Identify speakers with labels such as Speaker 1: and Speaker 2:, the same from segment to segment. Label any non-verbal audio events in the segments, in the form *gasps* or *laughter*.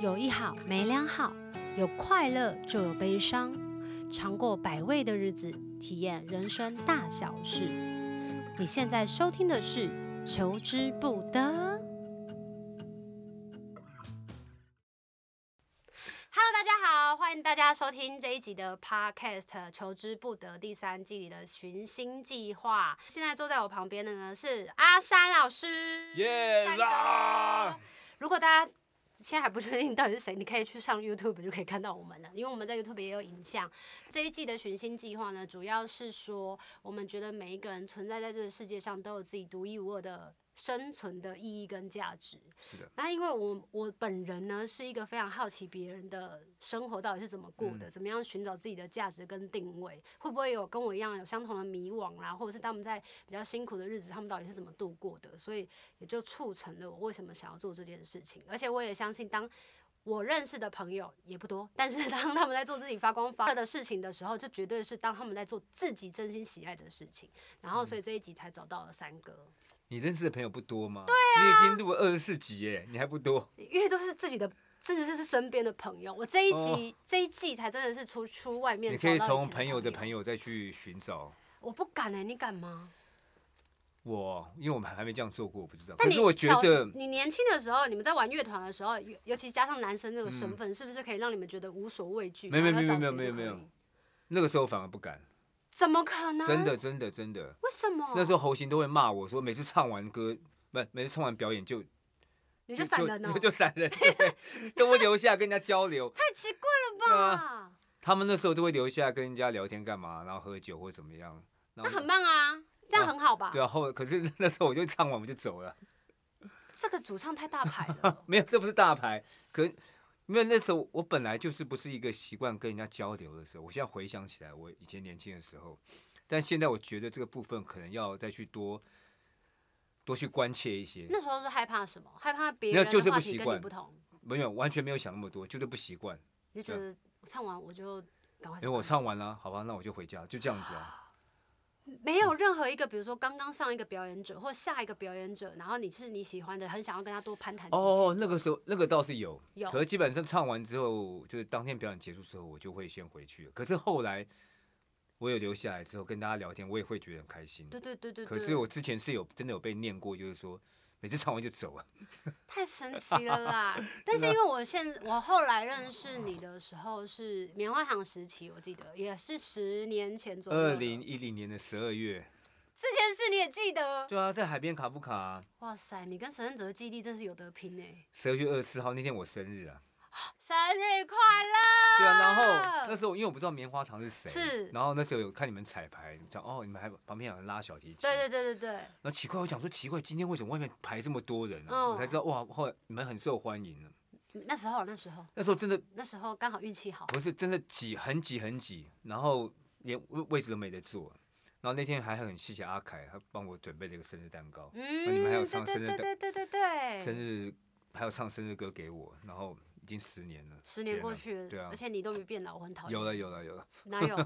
Speaker 1: 有一好没两好，有快乐就有悲伤，尝过百味的日子，体验人生大小事。你现在收听的是《求之不得》。Hello，大家好，欢迎大家收听这一集的 Podcast《求之不得》第三季里的寻星计划。现在坐在我旁边的呢是阿山老师，
Speaker 2: 耶啊
Speaker 1: 山
Speaker 2: 啦
Speaker 1: 哥！如果大家现在还不确定到底是谁，你可以去上 YouTube 就可以看到我们了，因为我们在 YouTube 也有影像。这一季的寻星计划呢，主要是说我们觉得每一个人存在在这个世界上都有自己独一无二的生存的意义跟价值。
Speaker 2: 是的，
Speaker 1: 那因为我我本人呢是一个非常好奇别人的生活到底是怎么过的，怎么样寻找自己的价值跟定位，会不会有跟我一样有相同的迷惘啊啦，或者是他们在比较辛苦的日子，他们到底是怎么度过的，所以也就促成了我为什么想要做这件事情。而且我也相信，当我认识的朋友也不多，但是当他们在做自己发光发热的事情的时候，就绝对是当他们在做自己真心喜爱的事情。然后，所以这一集才找到了三哥。
Speaker 2: 你认识的朋友不多吗？对啊，你已经录了二十四集耶，你还不多。
Speaker 1: 因为都是自己的，真的是身边的朋友。我这一集、这一季才真的是出出外面，
Speaker 2: 哦你可以从
Speaker 1: 朋
Speaker 2: 朋友的朋
Speaker 1: 友。
Speaker 2: 友再去寻找
Speaker 1: 我不敢哎、你敢吗？
Speaker 2: 我，因为我们还没这样做过，我不知道。
Speaker 1: 但
Speaker 2: 可
Speaker 1: 你
Speaker 2: 是我觉
Speaker 1: 小
Speaker 2: 得
Speaker 1: 时，你年轻的时候，你们在玩乐团的时候，尤尤其加上男生这个身份，是不是可以让你们觉得无所畏惧？
Speaker 2: 嗯没有
Speaker 1: 然后
Speaker 2: 没
Speaker 1: 要
Speaker 2: 有
Speaker 1: 找谁
Speaker 2: 没有
Speaker 1: 都
Speaker 2: 没有
Speaker 1: 可以
Speaker 2: 没有，那个时候反而不敢，
Speaker 1: 怎么可能？
Speaker 2: 真的？真的真的。
Speaker 1: 为什么？
Speaker 2: 那时候侯行都会骂我说，每次唱完歌，不，每次唱完表演就
Speaker 1: 你就闪人哦、
Speaker 2: 就闪人， *laughs* 对，都会留下跟人家交流。
Speaker 1: 太奇怪了吧？
Speaker 2: 他们那时候都会留下跟人家聊天干嘛，然后喝酒或怎么样。那
Speaker 1: 那很棒啊，这样
Speaker 2: 啊
Speaker 1: 很好吧？
Speaker 2: 对啊，后可是那时候我就唱完我就走了。，
Speaker 1: 这个主唱太大牌了
Speaker 2: *laughs* 没有，这不是大牌，可没有那时候我本来就是不是一个习惯跟人家交流的时候。我现在回想起来，我以前年轻的时候，但现在我觉得这个部分可能要再去多多去关切一些。
Speaker 1: 那时候是害怕什么？害怕别
Speaker 2: 没有
Speaker 1: 人
Speaker 2: 就是
Speaker 1: 的
Speaker 2: 不
Speaker 1: 话题
Speaker 2: 习
Speaker 1: 跟你
Speaker 2: 惯
Speaker 1: 不同，
Speaker 2: 没有，完全没有想那么多，就是不习惯。
Speaker 1: 你就觉得唱完我就赶快走。
Speaker 2: 啊因为我唱完了，好吧，那我就回家，就这样子啊。
Speaker 1: 没
Speaker 2: 嗯
Speaker 1: 有任何一个，比如说刚刚上一个表演者或下一个表演者，然后你是你喜欢的，很想要跟他多攀谈几句。
Speaker 2: 哦，那个时候那个倒是有，
Speaker 1: 啊有
Speaker 2: 可是基本上唱完之后，就是当天表演结束之后，我就会先回去了。可是后来我有留下来之后跟大家聊天，我也会觉得很开心。
Speaker 1: 对对对对对。
Speaker 2: 可是我之前是有真的有被念过，就是说每次唱完就走了。
Speaker 1: 太神奇了
Speaker 2: *laughs*
Speaker 1: 啦！但是因为我现我后来认识你的时候是棉花糖时期，我记得也是十年前左右了。
Speaker 2: 二零一零年的十二月，
Speaker 1: 这件事你也记得？
Speaker 2: 对啊，在海边卡夫卡、
Speaker 1: 哇塞，你跟沈振哲的记忆力真是有得拼哎、
Speaker 2: 十二月二十四号那天我生日啊，
Speaker 1: 生日快乐！
Speaker 2: 对啊，然后那时候因为我不知道棉花糖是谁，
Speaker 1: 是
Speaker 2: 然后那时候有看你们彩排，讲哦你们还旁边有人拉小提琴，
Speaker 1: 对对对对对，
Speaker 2: 然后奇怪我想说奇怪今天为什么外面排这么多人啊，
Speaker 1: 嗯
Speaker 2: 我才知道哇后来你们很受欢迎啊
Speaker 1: 那时候那时候
Speaker 2: 那时候真的
Speaker 1: 那时候刚好运气好，
Speaker 2: 不是真的挤，很挤很挤，然后连位位置都没得坐。然后那天还很谢谢阿凯，他帮我准备了一个生日蛋糕，
Speaker 1: 嗯，
Speaker 2: 你们还有
Speaker 1: 对
Speaker 2: 唱
Speaker 1: 对
Speaker 2: 生日
Speaker 1: 对
Speaker 2: 的
Speaker 1: 对对对对，
Speaker 2: 生日还有唱生日歌给我，然后已经十年了，
Speaker 1: 十年
Speaker 2: 天
Speaker 1: 过
Speaker 2: 哪
Speaker 1: 去了，
Speaker 2: 对啊
Speaker 1: 而，且你都没变老，我很讨厌。
Speaker 2: 有了有了有了 *laughs*
Speaker 1: 哪有？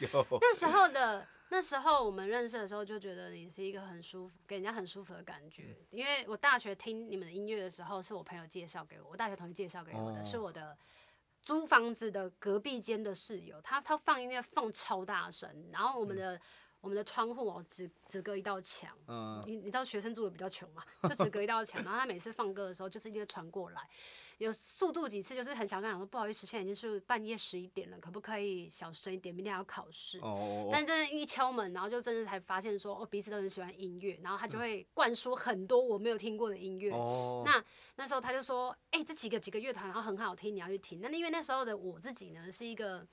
Speaker 2: 有，
Speaker 1: 那时候的那时候我们认识的时候，就觉得你是一个很舒服，给人家很舒服的感觉。
Speaker 2: 嗯
Speaker 1: 因为我大学听你们的音乐的时候，是我朋友介绍给我，我大学同学介绍给我的，
Speaker 2: 哦
Speaker 1: 是我的。租房子的隔壁间的室友，他他放音乐放超大声，然后我们的、我们的窗户哦只只隔一道墙，
Speaker 2: 嗯，
Speaker 1: 你你知道学生住的比较穷嘛，就只隔一道墙，然后他每次放歌的时候就是因为传过来，有速度几次就是很想跟他讲说不好意思，现在已经是半夜十一点了，可不可以小声一点，明天还要考试。
Speaker 2: 哦，
Speaker 1: 但真的，一敲门，然后就真的才发现说，哦，彼此都很喜欢音乐，然后他就会灌输很多我没有听过的音乐。
Speaker 2: 哦，
Speaker 1: 那那时候他就说，哎、这几个几个乐团，然后很好听，你要去听。那因为那时候的我自己呢，是一个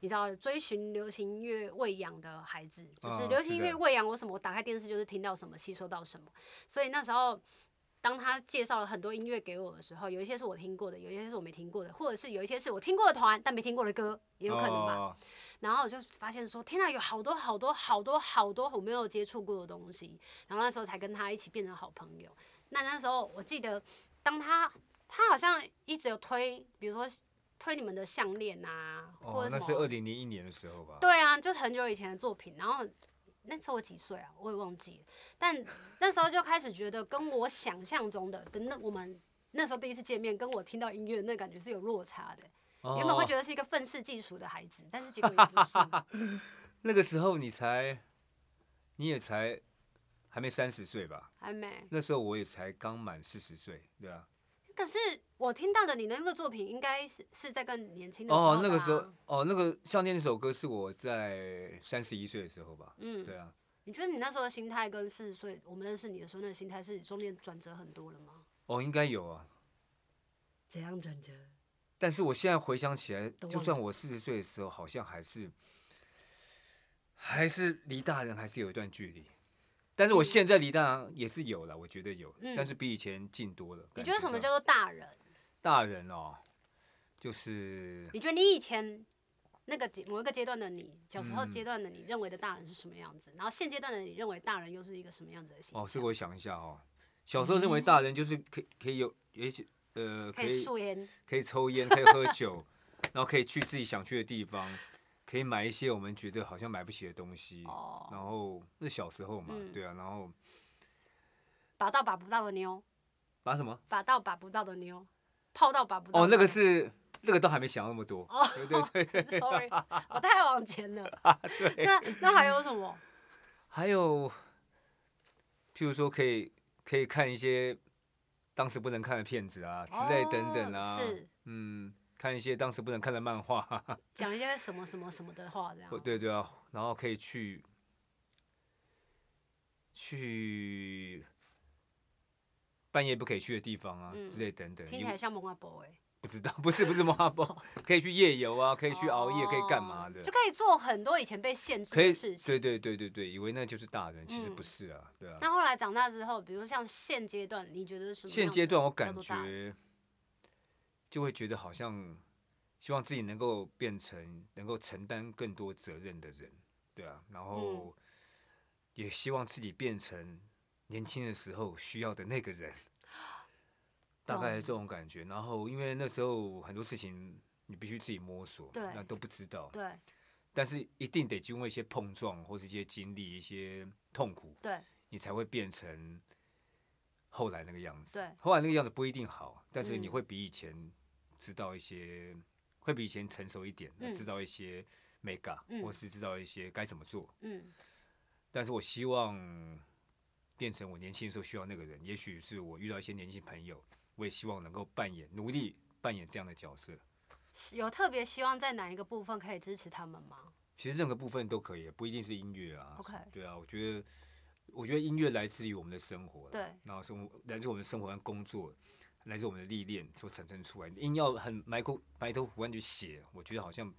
Speaker 1: 你知道追寻流行音乐喂养的孩子，就是
Speaker 2: 嗯
Speaker 1: 流行
Speaker 2: 是
Speaker 1: 音
Speaker 2: 的
Speaker 1: 乐喂养我什么，我打开电视就是听到什么，吸收到什么。所以那时候。当他介绍了很多音乐给我的时候，有一些是我听过的，有一些是我没听过的，或者是有一些是我听过的团但没听过的歌，也有可能吧。
Speaker 2: 哦
Speaker 1: 然后我就发现说，天呐，有好多好多好多好多我没有接触过的东西。然后那时候才跟他一起变成好朋友。那那时候我记得，当他他好像一直有推，比如说推你们的项链啊，或
Speaker 2: 哦，
Speaker 1: 者什
Speaker 2: 那是二
Speaker 1: 么，
Speaker 2: 零零一年的时候吧？
Speaker 1: 对啊，就很久以前的作品。然后那时候我几岁
Speaker 2: *laughs*
Speaker 1: 啊，我也忘记了。但那时候就开始觉得跟我想象中的，等等我们那时候第一次见面，跟我听到音乐那感觉是有落差的。原本会觉
Speaker 2: 得
Speaker 1: 得是一个愤世嫉俗的孩子，但是结果也不是。
Speaker 2: 那个时候你才，你也才还没三十岁吧？
Speaker 1: 还没。
Speaker 2: 那时候我也才刚满四十岁，对啊。
Speaker 1: 可是我听到的你的那个作品，应该是是在更年轻的时候
Speaker 2: 哦，那个时候
Speaker 1: 吧，
Speaker 2: 哦，那个《项链》那首歌是我在三十一岁的时候吧？
Speaker 1: 嗯，
Speaker 2: 对啊，
Speaker 1: 你觉得你那时候的心态跟四十岁我们认识你的时候那个心态是中间转折很多了吗？
Speaker 2: 哦，应该有啊。
Speaker 1: 怎样转折？
Speaker 2: 但是我现在回想起来，
Speaker 1: 都
Speaker 2: 就
Speaker 1: 忘
Speaker 2: 算我四十岁的时候，好像还是还是离大人还是有一段距离。但是我
Speaker 1: 嗯
Speaker 2: 现在离大人也是有了，我觉得有，
Speaker 1: 嗯
Speaker 2: 但是比以前近多了。
Speaker 1: 你
Speaker 2: 感
Speaker 1: 觉得什么
Speaker 2: 上
Speaker 1: 叫做大人？
Speaker 2: 大人哦？就是
Speaker 1: 你觉得你以前那个阶某一个阶段的你，小时候
Speaker 2: 嗯
Speaker 1: 阶段的你认为的大人是什么样子？然后现阶段的你认为大人又是一个什么样子的形象？
Speaker 2: 哦，这个我想一下哦。小时候认为大人就是可以可以有，也许呃
Speaker 1: 嗯可
Speaker 2: 可
Speaker 1: 以嗯
Speaker 2: 以
Speaker 1: 素颜，
Speaker 2: 可以抽烟，可以喝酒，然后可以去自己想去的地方，可以买一些我们觉得好像买不起的东西。
Speaker 1: 哦
Speaker 2: 然后那小时候嘛，
Speaker 1: 嗯
Speaker 2: 对啊，然后
Speaker 1: 把到把不到的妞，
Speaker 2: 把什么？
Speaker 1: 把到把不到的妞，泡到把不到的
Speaker 2: 哦，那个
Speaker 1: 妞
Speaker 2: 是那个都还没想那么多。
Speaker 1: 哦
Speaker 2: 对对对，
Speaker 1: *laughs* Sorry，我太往前了。
Speaker 2: *laughs* 啊
Speaker 1: 那那还有什么？
Speaker 2: 还有，譬如说可以可以看一些当时不能看的片子啊之类等等
Speaker 1: 哦
Speaker 2: 啊，
Speaker 1: 是
Speaker 2: 嗯，看一些当时不能看的漫画、
Speaker 1: 讲一些什么什么什么的话，这样
Speaker 2: 哦，。对对啊，然后可以去去半夜不可以去的地方啊、
Speaker 1: 嗯
Speaker 2: 之类等等，
Speaker 1: 听
Speaker 2: 因
Speaker 1: 起
Speaker 2: 为
Speaker 1: 来像蒙阿伯哎，
Speaker 2: 不知道，不是不 *laughs* 是妈
Speaker 1: *laughs*
Speaker 2: 宝，可以去夜游啊，可以去熬夜，可以干嘛
Speaker 1: 哦
Speaker 2: 的
Speaker 1: 就，可以做很多以前被限制
Speaker 2: 可以
Speaker 1: 的事，情。
Speaker 2: 对对对对对，以为那就是大人，其实
Speaker 1: 嗯
Speaker 2: 不是啊，对啊。
Speaker 1: 那后来长大之后，比如像现阶段，你觉得什么样子叫做大人？
Speaker 2: 现阶段我感觉就会觉得好像希望自己能够变成能够承担更多责任的人，对啊，
Speaker 1: 嗯
Speaker 2: 然后也希望自己变成年轻的时候需要的那
Speaker 1: *laughs*
Speaker 2: 个人，大概
Speaker 1: 懂
Speaker 2: 这种感觉。然后因为那时候很多事情你必须自己摸索，
Speaker 1: 对
Speaker 2: 那都不知道，
Speaker 1: 对
Speaker 2: 但是一定得经过一些碰撞或是一些经历、一些痛苦，
Speaker 1: 对，
Speaker 2: 你才会变成后来那个样子。
Speaker 1: 对
Speaker 2: 后来那个样子不一定好，但是你
Speaker 1: 嗯
Speaker 2: 会比以前知道一些，会比以前成熟一点，
Speaker 1: 嗯
Speaker 2: 知道一些 mega，、
Speaker 1: 嗯
Speaker 2: 或是知道一些该怎么做。
Speaker 1: 嗯，
Speaker 2: 但是我希望变成我年轻的时候需要那个人，也许是我遇到一些年轻朋友，我也希望能够扮演努力扮演这样的角色。
Speaker 1: 是有特别希望在哪一个部分可以支持他们吗？
Speaker 2: 其实任何部分都可以，不一定是音乐啊。
Speaker 1: OK
Speaker 2: 对啊，我觉得，我觉得音乐来自于我们的生活，
Speaker 1: 对
Speaker 2: 然后生活来自我们的生活跟工作，来自我们的历练所产生出来。硬要很埋头埋头苦干去写，我觉得好像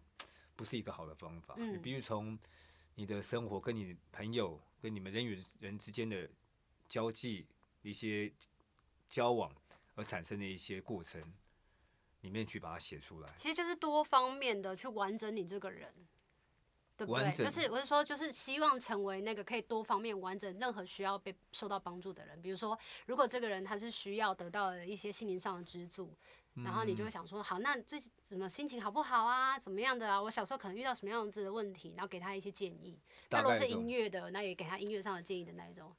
Speaker 2: 不是一个好的方法。你
Speaker 1: 嗯
Speaker 2: 必须从你的生活、跟你朋友、跟你们人与人之间的交际、一些交往而产生的一些过程里面去把它写出来。
Speaker 1: 其实就是多方面的去完整你这个人，对不对？
Speaker 2: 完整
Speaker 1: 就是我是说，就是希望成为那个可以多方面完整任何需要被受到帮助的人。比如说，如果这个人他是需要得到一些心灵上的支柱，然后你
Speaker 2: 嗯
Speaker 1: 就会想说，好，那最怎么心情好不好啊？怎么样的啊？我小时候可能遇到什么样子的问题，然后给他一些建议。那
Speaker 2: 大
Speaker 1: 如果
Speaker 2: 概
Speaker 1: 是
Speaker 2: 懂
Speaker 1: 音乐的，那也给他音乐上的建议的那一种。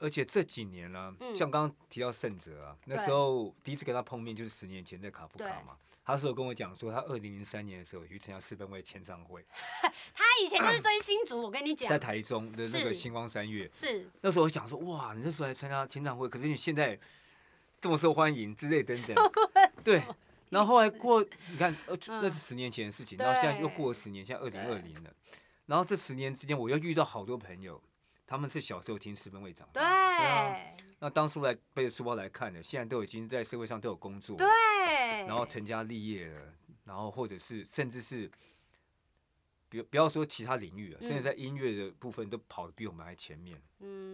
Speaker 2: 而且这几年呢、
Speaker 1: 嗯
Speaker 2: 像刚刚提到圣哲啊，那
Speaker 1: 对
Speaker 2: 时候第一次跟他碰面就是十年前在卡夫卡
Speaker 1: 对
Speaker 2: 嘛，他那时候跟我讲说，他二零零三年的时候有去参加四分卫签唱会，
Speaker 1: 他以前就是追星族，我跟你讲
Speaker 2: 在，台中的那个
Speaker 1: 是
Speaker 2: 星光三月，
Speaker 1: 是
Speaker 2: 那时候我想说，哇，你那时候还参加签唱会，可是你现在这么受欢迎之类等等，对。然后后来过，你看，呃，那是十年前的事情，然后现在又
Speaker 1: 嗯对
Speaker 2: 过了十年，现在二零二
Speaker 1: 对
Speaker 2: 零了。然后这十年之间，我又遇到好多朋友，他们是小时候听四分卫长
Speaker 1: 对
Speaker 2: 大的，啊那当初来背着书包来看的，现在都已经在社会上都有工作，
Speaker 1: 对，
Speaker 2: 然后成家立业了，然后或者是甚至是，不不要说其他领域了，甚至
Speaker 1: 嗯
Speaker 2: 在音乐的部分都跑得比我们还前面，
Speaker 1: 嗯。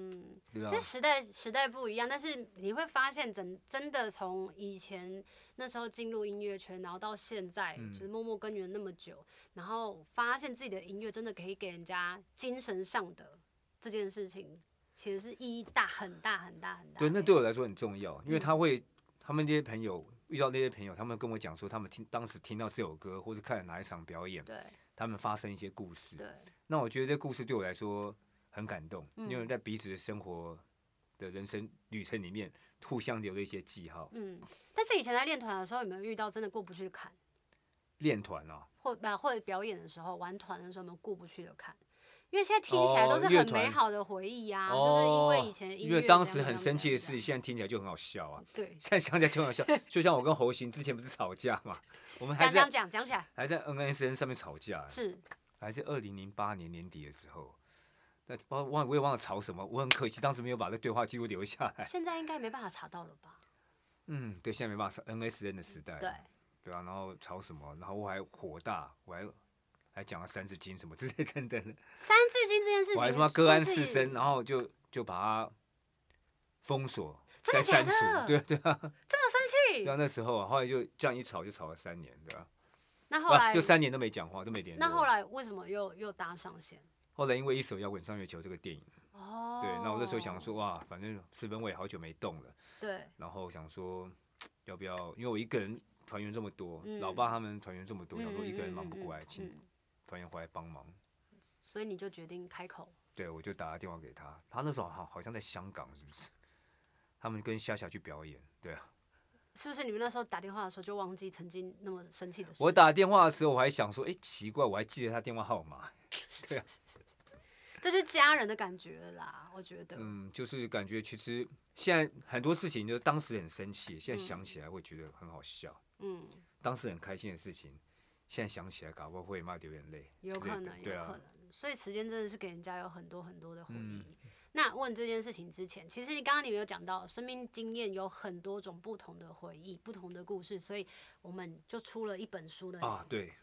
Speaker 2: 对啊吧
Speaker 1: 就？时代时代不一样，但是你会发现真真的从以前那时候进入音乐圈，然后到现在、
Speaker 2: 嗯
Speaker 1: 就是默默耕耘那么久，然后发现自己的音乐真的可以给人家精神上的这件事情，其实是意义大很大很大很大。欸
Speaker 2: 对，那对我来说很重要，因为
Speaker 1: 嗯
Speaker 2: 他会，他们那些朋友遇到那些朋友，他们跟我讲说，他们听当时听到这首歌，或是看了哪一场表演，
Speaker 1: 对
Speaker 2: 他们发生一些故事，
Speaker 1: 对
Speaker 2: 那我觉得这故事对我来说很感动，因为
Speaker 1: 嗯
Speaker 2: 在彼此的生活。的人生旅程里面互相留的一些记号。
Speaker 1: 嗯，但是以前在练团的时候，有没有遇到真的过不去的坎，
Speaker 2: 练团哦，
Speaker 1: 或啊或者表演的时候玩团的时候有没有过不去的坎？因为现在听起来都是
Speaker 2: 哦乐
Speaker 1: 很美
Speaker 2: 团
Speaker 1: 好的回忆呀、啊就是因
Speaker 2: 哦
Speaker 1: 为以前的音
Speaker 2: 因
Speaker 1: 乐
Speaker 2: 为当时很生
Speaker 1: 生
Speaker 2: 气的事情，，现在听起来就很好笑啊。
Speaker 1: 对，
Speaker 2: 现在想起来就很好笑，就像我跟侯行之前不是吵架嘛，我们还哎
Speaker 1: 讲讲
Speaker 2: 在
Speaker 1: 讲讲起来
Speaker 2: 还在 NSN 上面吵架，
Speaker 1: 是
Speaker 2: 还是二零零八年年底的时候，那忘忘我也忘了吵什么，我很可惜当时没有把这对话记录留下来。
Speaker 1: 现在应该没办法查到了吧？
Speaker 2: 嗯，对，现在没办法，NSN 的时代，
Speaker 1: 对，
Speaker 2: 对啊，然后吵什么，然后我还火大，我还还讲了三字经什么之类等等的，
Speaker 1: 三字经这件事情，
Speaker 2: 我还他妈各安四身，，然后就就把它封锁。
Speaker 1: 真的
Speaker 2: 再
Speaker 1: 假的？
Speaker 2: 删除，对啊
Speaker 1: *laughs*
Speaker 2: 对啊，
Speaker 1: 这么
Speaker 2: 对啊
Speaker 1: 生气？
Speaker 2: 那时候啊，后来就这样一吵就吵了三年，对吧、
Speaker 1: 那后
Speaker 2: 哇，
Speaker 1: 来
Speaker 2: 就三年都没讲话，都没联络。
Speaker 1: 那后来为什么又又搭上线？
Speaker 2: 后来因为一首《摇滚上月球》这个电影，
Speaker 1: 哦，
Speaker 2: 对，那我那时候想，说，哇，反正四分我也好久没动了，
Speaker 1: 对，
Speaker 2: 然后想说要不要，因为我一个人团员这么多，
Speaker 1: 嗯
Speaker 2: 老爸他们团员这么多，想
Speaker 1: 嗯
Speaker 2: 说一个人
Speaker 1: 嗯
Speaker 2: 忙
Speaker 1: 嗯
Speaker 2: 不
Speaker 1: 嗯
Speaker 2: 过来，请
Speaker 1: 嗯
Speaker 2: 团员回来帮忙。
Speaker 1: 所以你就决定开口，
Speaker 2: 对，我就打了电话给他，他那时候好好像在香港，是不是？他们跟夏夏去表演，对啊。
Speaker 1: 是不是？你们那时候打电话的时候就忘记曾经那么生气的事？
Speaker 2: 我打电话的时候，我还想说，哎、奇怪，我还记得他电话号码。
Speaker 1: 这是家人的感觉了啦，我觉得。
Speaker 2: 嗯，就是感觉其实现在很多事情，就是当时很生气，现在想起来会觉得很好笑；
Speaker 1: 嗯，
Speaker 2: 当时很开心的事情，现在想起来搞不好会骂流眼泪之类的。
Speaker 1: 有可能，有
Speaker 2: 对
Speaker 1: 可
Speaker 2: 啊嗯
Speaker 1: 能。。所以时间真的是给人家有很多很多的回忆。那问这件事情之前，其实刚刚你们有讲到，生命经验有很多种不同的回忆、不同的故事，所以我们就出了一本书的。
Speaker 2: 啊，对，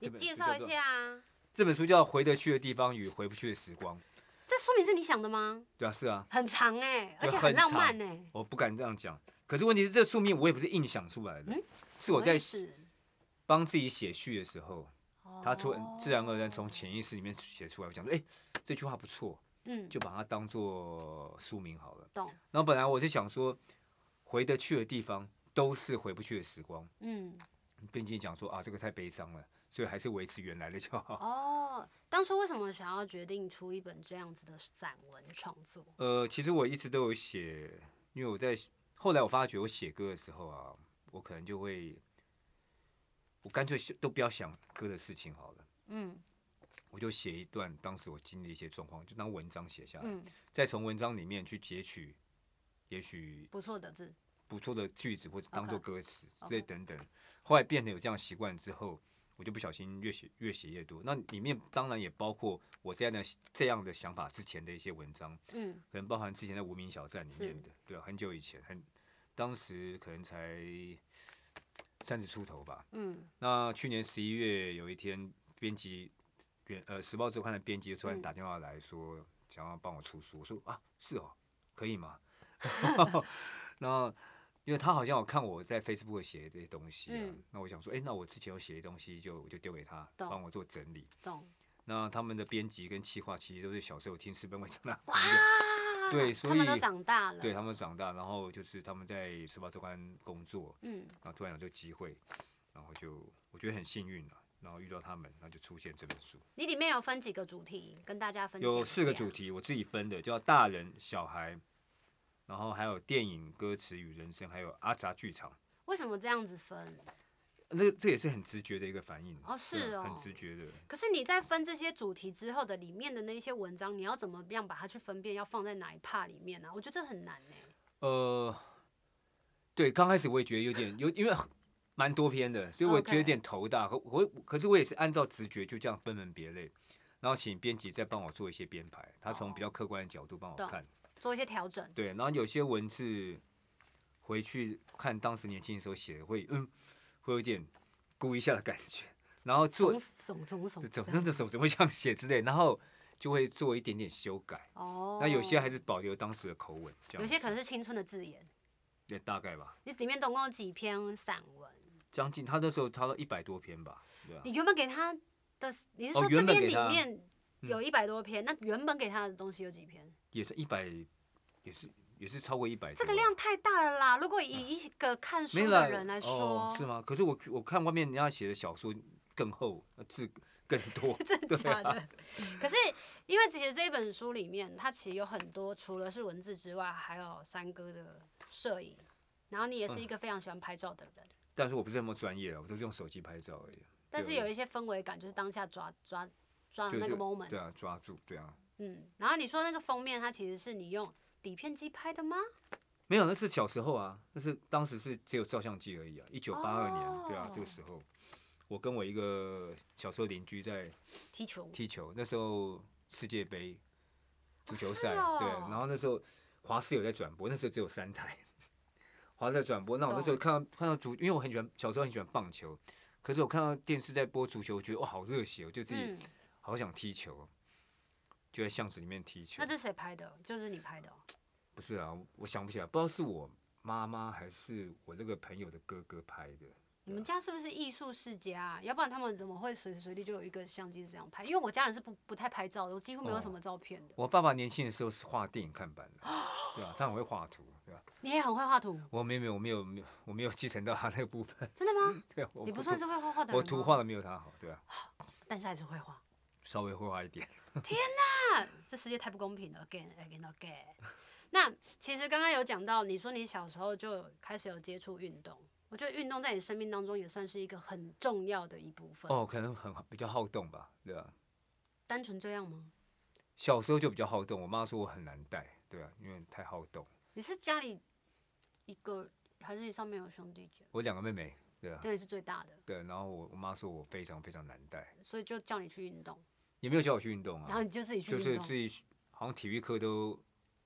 Speaker 1: 你
Speaker 2: 这本
Speaker 1: 介
Speaker 2: 书
Speaker 1: 绍
Speaker 2: 叫
Speaker 1: 一
Speaker 2: 做
Speaker 1: 下啊。
Speaker 2: 这本书叫《回得去的地方与回不去的时光》。
Speaker 1: 这书名是你想的吗？
Speaker 2: 对啊，是啊，
Speaker 1: 很长哎、而
Speaker 2: 对
Speaker 1: 且
Speaker 2: 很
Speaker 1: 浪
Speaker 2: 长
Speaker 1: 漫哎、
Speaker 2: 我不敢这样讲。可是问题是，这书名我也不是硬想出来的，是我在
Speaker 1: 嗯是
Speaker 2: 帮自己写序的时候，他突然自然而然从
Speaker 1: 哦
Speaker 2: 潜意识里面写出来，我想说，哎、这句话不错，
Speaker 1: 嗯
Speaker 2: 就把它当做书名好了。
Speaker 1: 懂
Speaker 2: 然后本来我是想说，回得去的地方都是回不去的时光，
Speaker 1: 嗯
Speaker 2: 并且讲说啊，这个太悲伤了，所以还是维持原来的就好。
Speaker 1: 哦，当初为什么想要决定出一本这样子的散文创作？
Speaker 2: 呃，其实我一直都有写，因为我在后来我发觉我写歌的时候啊，我可能就会，我干脆是都不要想歌的事情好了，
Speaker 1: 嗯
Speaker 2: 我就写一段当时我经历的一些状况，就当文章写下来，
Speaker 1: 嗯，
Speaker 2: 再从文章里面去截取，也许
Speaker 1: 不错的字，
Speaker 2: 不错的句子，或者当做
Speaker 1: OK
Speaker 2: 歌词之
Speaker 1: OK
Speaker 2: 类等等。后来变得有这样习惯之后，我就不小心越写越写越多。那里面当然也包括我这样的这样的想法之前的一些文章，
Speaker 1: 嗯
Speaker 2: 可能包含之前在无名小站里面
Speaker 1: 是
Speaker 2: 的，对、啊，很久以前，很当时可能才三十出头吧。
Speaker 1: 嗯
Speaker 2: 那去年十一月有一天，编辑编呃《时报周刊》的编辑突然
Speaker 1: 嗯
Speaker 2: 打电话来说，想要帮我出书，我说啊是哦，可以吗？ *laughs* 然后因为他好像有看我在 Facebook 写的这些东西、啊，
Speaker 1: 嗯
Speaker 2: 那我想说，哎、那我之前有写的东西就我就丢给他
Speaker 1: 懂
Speaker 2: 帮我做整理。
Speaker 1: 懂
Speaker 2: 那他们的编辑跟企划其实都是小时候听四本文章的朋
Speaker 1: 哇
Speaker 2: 友，，对所
Speaker 1: 他们
Speaker 2: 以
Speaker 1: 都长大了，
Speaker 2: 对他们长大，然后就是他们在《时报周刊》工作，
Speaker 1: 嗯
Speaker 2: 然后突然有这个机会，然后就我觉得很幸运了、啊然后遇到他们，然后就出现这本书，
Speaker 1: 你里面有分几个主题跟大家分享？
Speaker 2: 有四个主，题，我自己分的，叫大人、小孩，然后还有电影、歌词与人生，还有阿杂剧场。
Speaker 1: 为什么这样子分？
Speaker 2: 那这也是很直觉的一个反应
Speaker 1: 哦
Speaker 2: 对
Speaker 1: 是
Speaker 2: 啊
Speaker 1: 哦
Speaker 2: 很直觉的。
Speaker 1: 可是你在分这些主题之后的里面的那些文章，你要怎么样把它去分辨，要放在哪一 part 里面啊呢、我觉得这很难欸呢、
Speaker 2: 呃，对，刚开始我也觉得有点有，因为很蛮多篇的，所以我觉得
Speaker 1: OK
Speaker 2: 有点头大。可我可是我也是按照直觉就这样分门别类，然后请编辑再帮我做一些编排，他从比较客观的角度帮我
Speaker 1: 哦懂
Speaker 2: 看。
Speaker 1: 做一些调整。
Speaker 2: 对，然后有些文字回去看当时年轻的时候写的，会嗯，会有点估一下的感
Speaker 1: *laughs*
Speaker 2: 觉。然后做
Speaker 1: 怂怂怂怂
Speaker 2: 这
Speaker 1: 这
Speaker 2: 怎
Speaker 1: 样，
Speaker 2: 么怎么怎么会这样写之类，然后就会做一点点修改。
Speaker 1: 哦，
Speaker 2: *laughs* 那有些还是保留当时的口吻，这样
Speaker 1: 有些可能是青春的字眼。
Speaker 2: 也大概吧，
Speaker 1: 你里面总共有几篇散文？
Speaker 2: 将近他那时候他一百多篇吧，对啊
Speaker 1: 你，原本给他的，你是
Speaker 2: 哦
Speaker 1: 说这
Speaker 2: 原本
Speaker 1: 篇
Speaker 2: 给
Speaker 1: 里
Speaker 2: 他
Speaker 1: 面
Speaker 2: 嗯
Speaker 1: 有一百多篇？那原本给他的东西有几篇？
Speaker 2: 也是一百，也是也是超过一百。
Speaker 1: 这个量太大了啦！如果以一个看
Speaker 2: 没
Speaker 1: 书
Speaker 2: 啦
Speaker 1: 的人来
Speaker 2: 哦
Speaker 1: 说，
Speaker 2: 是吗？可是我我看外面人家写的小说更厚，呃字更多。
Speaker 1: *laughs* *laughs* 真的
Speaker 2: 啊
Speaker 1: 假的？可是因为其实这一本书里面，它其实有很多除了是文字之外，还有山哥的摄影。然后你
Speaker 2: 嗯
Speaker 1: 也是一个非常喜欢拍照的人，
Speaker 2: 但是我不是那么专业啊了，我都是用手机拍照而已。
Speaker 1: 但是有一些氛围感，就是当下抓抓抓
Speaker 2: 就
Speaker 1: 那个
Speaker 2: 就
Speaker 1: moment。
Speaker 2: 对啊，抓住，对啊，
Speaker 1: 嗯，然后你说那个封面，它其实是你用底片机拍的吗？
Speaker 2: 没有，那是小时候啊，那是当时是只有照相机而已啊，一九八二年，对啊
Speaker 1: 哦，
Speaker 2: 这个时候，我跟我一个小时候邻居在
Speaker 1: 踢球。
Speaker 2: 踢球，那时候世界杯足球
Speaker 1: 是
Speaker 2: 赛，对，
Speaker 1: 哦
Speaker 2: 然后那时候华视有在转播，那时候只有三台，华视在转播。那我那时候
Speaker 1: 懂
Speaker 2: 看到看到足，因为我很喜欢小时候很喜欢棒球，可是我看到电视在播足球，我觉得哇好热血，哦我就自己
Speaker 1: 嗯，
Speaker 2: 好想踢球，哦就在巷子里面踢球
Speaker 1: 那。这谁拍的？就是你拍的、哦。
Speaker 2: 不是啊，我想不起来，不知道是我妈妈还是我那个朋友的哥哥拍的。
Speaker 1: 你
Speaker 2: 啊
Speaker 1: 们家是不是艺术世家、啊？要不然他们怎么会随时随地就有一个相机是这样拍？因为我家人是不不太拍照的，我几乎没有什
Speaker 2: 哦
Speaker 1: 么照片的。
Speaker 2: 我爸爸年轻的时候是画电影看板的，对吧、啊？他很会画图，对吧、
Speaker 1: 你也很会画图，
Speaker 2: 我没有没有我没有没有我没有继承到他那个部分，
Speaker 1: 真的吗？
Speaker 2: *laughs* 对啊，我
Speaker 1: 你不
Speaker 2: 图
Speaker 1: 算是会画画的人
Speaker 2: 我图
Speaker 1: 吗，
Speaker 2: 画的没有他好，对啊，
Speaker 1: 但是还是会画。
Speaker 2: 稍微会画一点。
Speaker 1: 那这世界太不公平了，again again again。那其实刚刚有讲到，你说你小时候就开始有接触运动，我觉得运动在你生命当中也算是一个很重要的一部分。
Speaker 2: 哦，可能很比较好动吧，对啊，
Speaker 1: 单纯这样吗？
Speaker 2: 小时候就比较好动，我妈说我很难带，对啊，因为太好动。
Speaker 1: 你是家里一个，还是你上面有兄弟姐妹？
Speaker 2: 我两个妹妹，对啊，
Speaker 1: 对，你是最大的，
Speaker 2: 对，然后我我妈说我非常非常难带，
Speaker 1: 所以就叫你去运动，
Speaker 2: 也没有叫我去运动
Speaker 1: 然后
Speaker 2: 啊，
Speaker 1: 你就自己去
Speaker 2: 就
Speaker 1: 运
Speaker 2: 是
Speaker 1: 动。
Speaker 2: 自己好像体育课都